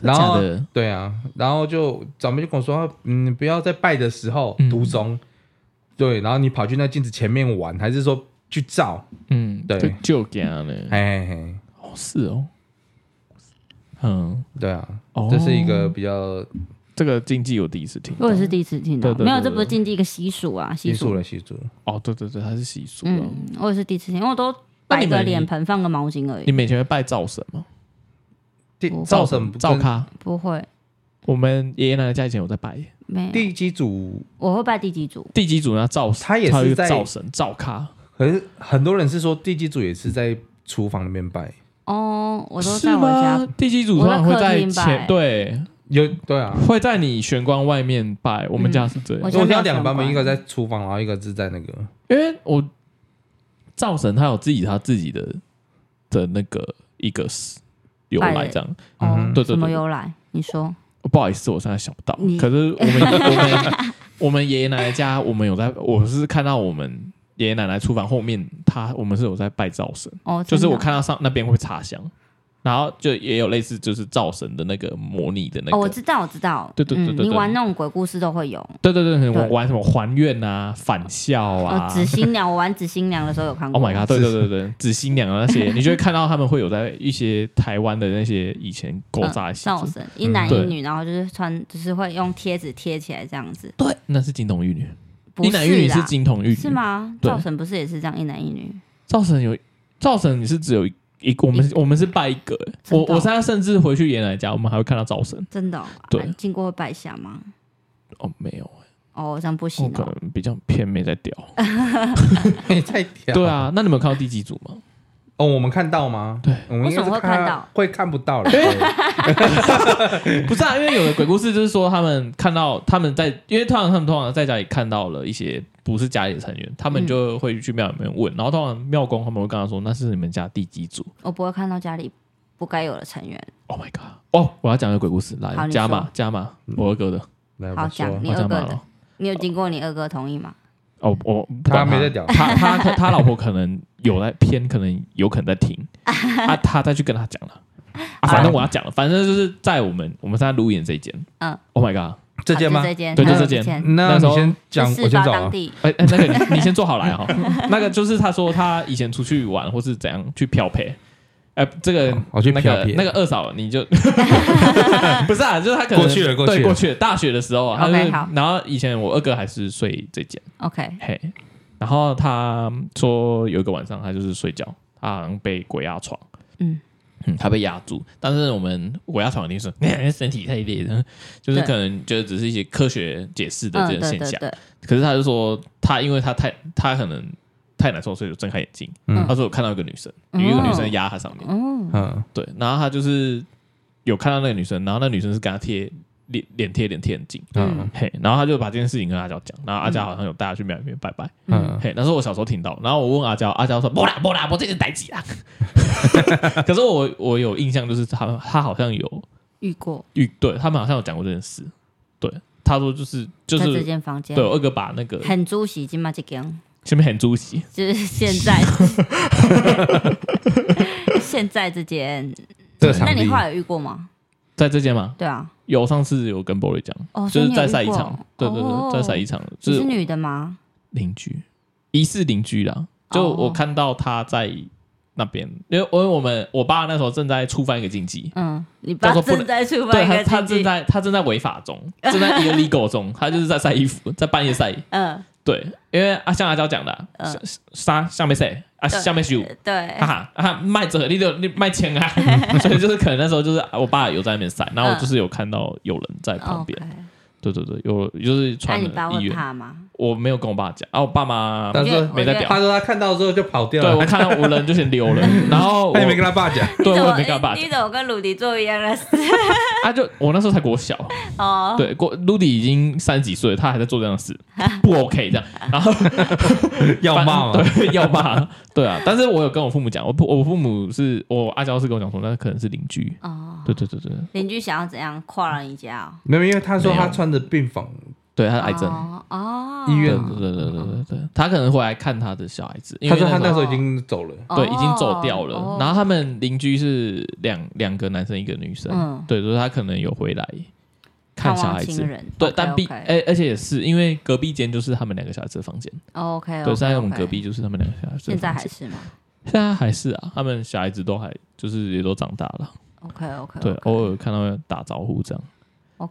S2: 真的
S3: 然
S2: 假
S3: 后
S2: 的？
S3: 对啊，然后就长辈就跟我说，嗯，不要在拜的时候
S2: 嗯
S3: 途中，对，然后你跑去那镜子前面玩，还是说去照？
S2: 嗯，
S3: 对
S2: 就就给他嘞。
S3: 哎，嘿嘿
S2: 哦，是哦，嗯，
S3: 对啊，
S2: 哦，
S3: 这是一个比较
S2: 这个禁忌，我第一次听到。
S1: 我也是第一次听到
S2: 对，对对
S1: 没有，这不是禁忌一个习俗啊，习
S3: 习俗
S1: 俗。
S3: 了，习俗了。
S2: 哦，对对对，它是习俗啊。
S1: 嗯，我也是第一次听，因为我都
S2: 那
S1: 摆
S2: 你们
S1: 个脸盆，放个毛巾而
S2: 你
S1: 已，
S2: 每天会拜灶神吗？
S3: 地
S1: 不
S3: 灶神
S2: 灶
S3: 跟
S2: 咖，
S1: 不会，
S2: 我们爷爷奶奶家以前有在拜
S1: 没有，
S3: 地基主，
S1: 我会拜地基主，
S2: 地基主那灶神，
S3: 他也
S2: 有一
S3: 是
S2: 个
S3: 在，
S2: 灶神灶咖，
S3: 可是很多人是说地基主也是在厨房里面拜，
S1: 哦，我都
S2: 是
S1: 在我
S2: 吗
S1: 家，？
S2: 地基主
S1: 我
S2: 通
S1: 在
S2: 常会
S1: 客
S2: 在
S1: 厅
S2: 前
S1: 拜
S2: 对，
S3: 有对啊，
S2: 会在你玄关外面拜。我
S1: 嗯
S2: 们家是这样
S1: 我
S3: 我
S1: 家
S3: 听
S1: 没有
S3: 到两个版本，
S1: 玄
S3: 一
S1: 关
S3: 个在厨房，然后一个是在 那个，
S2: 因为我灶神他有自己他自己的的那个一个由来这样，
S3: 嗯
S1: 哦
S3: 哼，
S2: 对对对
S1: 什么由来？你说
S2: 不好意思，我现在想不到。
S1: 你
S2: 可是我们我们我们爷爷奶奶家，我们有在，我是看到我们爷爷奶奶厨房后面，他我们是有在拜灶神，
S1: 哦，
S2: 就是
S1: 真的
S2: 我
S1: 哦
S2: 看到上那边会插香，然后就也有类似就是灶神的那个模拟的那
S1: 哦，我
S2: 个，
S1: 知道，我知道，
S2: 对对对对对
S1: 嗯，你玩那种鬼故事都会有。
S2: 对对对，
S1: 对
S2: 我玩什么还愿啊、返校
S1: 哦
S2: 啊，
S1: 紫新娘，我玩紫新娘的时候有看过。
S2: Oh my god！对对对对，紫新娘啊那些，你就会看到他们会有在一些台湾的那些以前勾
S1: 嗯
S2: 扎的习嗯
S1: 造
S2: 俗，
S1: 神一男一女，然后就是穿，就是会用贴纸贴起来这样子。
S2: 对，那是金童玉女，
S1: 不
S2: 一男一女
S1: 啦
S2: 是金童玉女
S1: 是？吗？
S2: 对
S1: 造神不是也是这样一男一女？
S2: 造神有造神，你是只有一一个，我们我们是拜一个，
S1: 真
S2: 我
S1: 的哦
S2: 我现在甚至回去爷爷奶奶家，我们还会看到造神。
S1: 真的、哦？
S2: 对
S1: 啊经过会拜一下吗？
S2: 哦，没有，
S1: 哦，这样不行
S2: 我可
S1: 哦。
S2: 能比较偏没在屌。
S3: 没在调。
S2: 对，
S1: 哦
S2: 啊，那你们有看到第几组吗？
S3: 哦，我们看到吗？
S2: 对，
S3: 我们应该是
S1: 为什么会看到，
S3: 会看不 到了。对
S2: 不是啊，因为有的鬼故事就是说他们看到他们在，因为通常他们通常在家里看到了一些不是家里的成员，他
S1: 嗯
S2: 们就会去庙里面问，然后通常庙公他们会跟他说那是你们家第几组
S1: 我不会看到家里不该有的成员。
S2: ？Oh my god！哦，我要讲一个鬼故事，
S1: 好
S2: 来
S1: 你
S2: 加
S1: 说
S2: 码加码，我二哥的，
S3: 来，
S1: 好
S3: 我说
S1: 讲你
S2: 我
S1: 二
S2: 加
S1: 哥
S2: 码
S1: 的
S2: 了。
S1: 你有经过你二哥同意吗？
S2: 哦，我不
S3: 他
S2: 管
S3: 没在屌，
S2: 他他他他老婆可能有在偏，可能有可能 在听，啊，他再去跟他讲了。啊、反正我要讲了，反正就是在我们我们现在路演这一间，
S1: 嗯
S2: ，Oh my god，
S3: 这件
S1: 啊
S3: 吗
S1: 就？这件，
S2: 对就
S1: 还有
S2: 这件
S1: 一件
S3: 那
S2: 那时
S3: 你
S2: 候
S3: 先讲，
S1: 是
S3: 我
S1: 事
S3: 先
S1: 发
S3: 走
S1: 当
S3: 啊。
S1: 地，
S2: 哎、哎，那个你你 先坐好来哈、那个就是他说他以前出去玩或是怎样去漂配，哎、这个
S3: 我哦去
S2: 那
S3: 漂
S2: 个
S3: 撇
S2: 那个二嫂你 就不是啊，就是他可能
S3: 过去了过去
S2: 对
S3: 了
S2: 过去了大学的时候啊，他
S1: OK，
S2: 就是
S1: 好
S2: 然后以前我二哥还是睡这间，
S1: OK，
S2: 嘿，然后他说有一个晚上他就是睡觉，他好像被鬼压床，
S1: 嗯
S2: 嗯，他被压住，但是我们鬼压床一定是 身体太累了，就是
S1: 对
S2: 可能觉得只是一些科学解释的
S1: 嗯，
S2: 这个
S1: 对
S2: 现
S1: 对
S2: 象。
S1: 对，
S2: 可是他就说他因为他太他可能太难受，所以就睁开眼睛。
S3: 嗯
S2: 他说有看到一个女生，有
S1: 嗯
S2: 一个女生压他上面，
S1: 嗯，
S3: 嗯，
S2: 对，然后他就是有看到那个女生，然后那女生是跟他贴脸脸贴脸贴很近。
S3: 嗯
S2: 嘿，然后他就把这件事情跟阿娇讲，然后阿娇好像有带他去庙里面拜拜。
S3: 嗯，
S2: 嘿，那时候我小时候听到，然后我问阿娇，阿娇说：“不啦不啦，我这是逮起啦。”啊可是我我有印象，就是他他好像有
S1: 遇过
S2: 遇，对他们好像有讲过这件事。对，他说就是就
S1: 在这
S2: 是
S1: 间房间
S2: 对，哦我二哥把那个
S1: 很主席今嘛这间，
S2: 前面很猪席，
S1: 就是现 在，现在这间，
S3: 这个场
S1: 那
S3: 地
S1: 你后来有遇过吗？
S2: 在这间吗？
S1: 对啊，
S2: 有，上次有跟 b o y 讲，
S1: 哦，
S2: 就
S1: 所以
S2: 是
S1: 你
S2: 在
S1: 有遇
S2: 晒衣
S1: 过
S2: 场，对对
S1: 哦
S2: 对，在晒衣场，就
S1: 你是
S2: 是
S1: 女的吗？
S2: 邻居，疑似邻居啦。就
S1: 哦
S2: 我看到他在那边，因为因为我们我爸那时候正在触犯一个禁忌，
S1: 嗯，你
S2: 叫
S1: 爸
S2: 做不
S1: 正
S2: 能
S1: 在触犯
S2: 对
S1: 一
S2: 他
S1: 个
S2: 他
S1: 禁
S2: 正
S1: 忌，
S2: 在他正在违法 中，正在 illegal 中，他就是在晒衣服，在半夜晒。
S1: 嗯，
S2: 对，因为啊，像阿娇讲的啊，
S1: 嗯
S2: 杀下面谁啊，
S1: 对嗯
S2: 下面谁有。
S1: 对
S2: 哈，哈，啊卖折，你就你卖钱啊， 所以就是可能那时候就是啊我爸有在那边晒，然后我就是有看到有人在旁边，
S1: OK
S2: 对对对，有就是
S1: 那
S2: 穿
S1: 你爸
S2: 了医
S1: 会
S2: 院，
S1: 怕吗？
S2: 我没有跟我爸讲，啊，我爸妈
S3: 但他说
S1: 我觉得
S2: 没在屌
S3: 他说他看到之后就跑掉
S2: 对我
S3: 了，
S2: 看到无人就先溜 了，然后我
S3: 他也没
S2: 对
S3: 跟他爸讲。
S1: 我觉得
S2: 我也没
S1: 你
S2: 跟
S1: 怎
S2: 我
S1: 么
S2: 爸
S1: 你
S2: 讲，
S1: 怎么跟鲁迪做一样的事？
S2: 啊，就我那时候才国小，
S1: 哦，
S2: 对，过 Ludy 已经三十几岁了，他还在做这样 的事，不 OK 这样，然后
S3: 要骂
S2: 反
S3: 吗？
S2: 对， 要骂，对啊，但是我有跟我父母讲，我父我父母是我阿娇是跟我讲说，那可能是邻居，
S1: 哦，
S2: 对对对对，
S1: 邻居想要怎样跨了你家哦？
S3: 没有，因为他说
S2: 没有
S3: 他穿着病房
S2: 对他是癌症。
S1: 哦哦，
S3: 医
S2: 对
S3: 院
S2: 对对对对对对，他可能会来看他的小孩子，因
S3: 他
S2: 为
S3: 说他那
S2: 时
S3: 时
S2: 候
S3: 候已经走了，
S1: 哦
S2: 对已经走掉了。
S1: 哦
S2: 然后他们邻居是两两个男生一个女生，
S1: 嗯
S2: 对，所以他可能有回来看
S1: 看
S2: 小
S1: 望
S2: 孩
S1: 亲
S2: 子。
S1: 人，
S2: 对，但毕
S1: OK，
S2: 哎、而且也是因为隔壁间就是他们两个小孩子的房间，
S1: 哦 OK，
S2: 对，在我们隔壁就是他们两个小孩子的
S1: 现在
S2: 房
S1: 还
S2: 间。
S1: 是吗
S2: 现在还是啊，他们小孩子都还就是也都长大了，
S1: ？OK OK，
S2: 对，偶尔看到打招呼这样。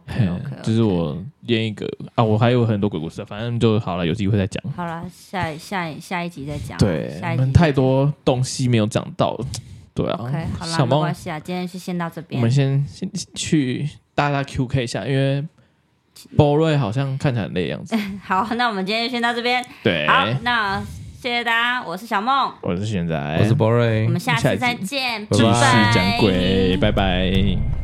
S2: 嘿
S1: OK OK，
S2: 就是我编一个啊，我还有很多鬼故事啊，反正就好了，有机会再讲。
S1: 好了，下一下一下一集再讲，啊
S2: 对，
S1: 下
S2: 我
S1: 一集
S2: 们太多东西没有讲到，对啊。
S1: OK，好啦，
S2: 小
S1: 没
S2: 猫
S1: 关，系啊，今天就先到这
S2: 我
S1: 边
S2: 们。先先先去大家 QK 一下，因为波瑞好像看起来很累的样子。
S1: 好，那我们今天就先到这边。
S2: 对，
S1: 好，那谢谢大家，我是小梦，
S2: 我是现在，
S3: 我是博瑞
S1: 我们下
S2: 哎下一
S1: 次
S2: 集
S1: 再见，
S2: 继续
S1: 拜拜
S2: 讲鬼，拜拜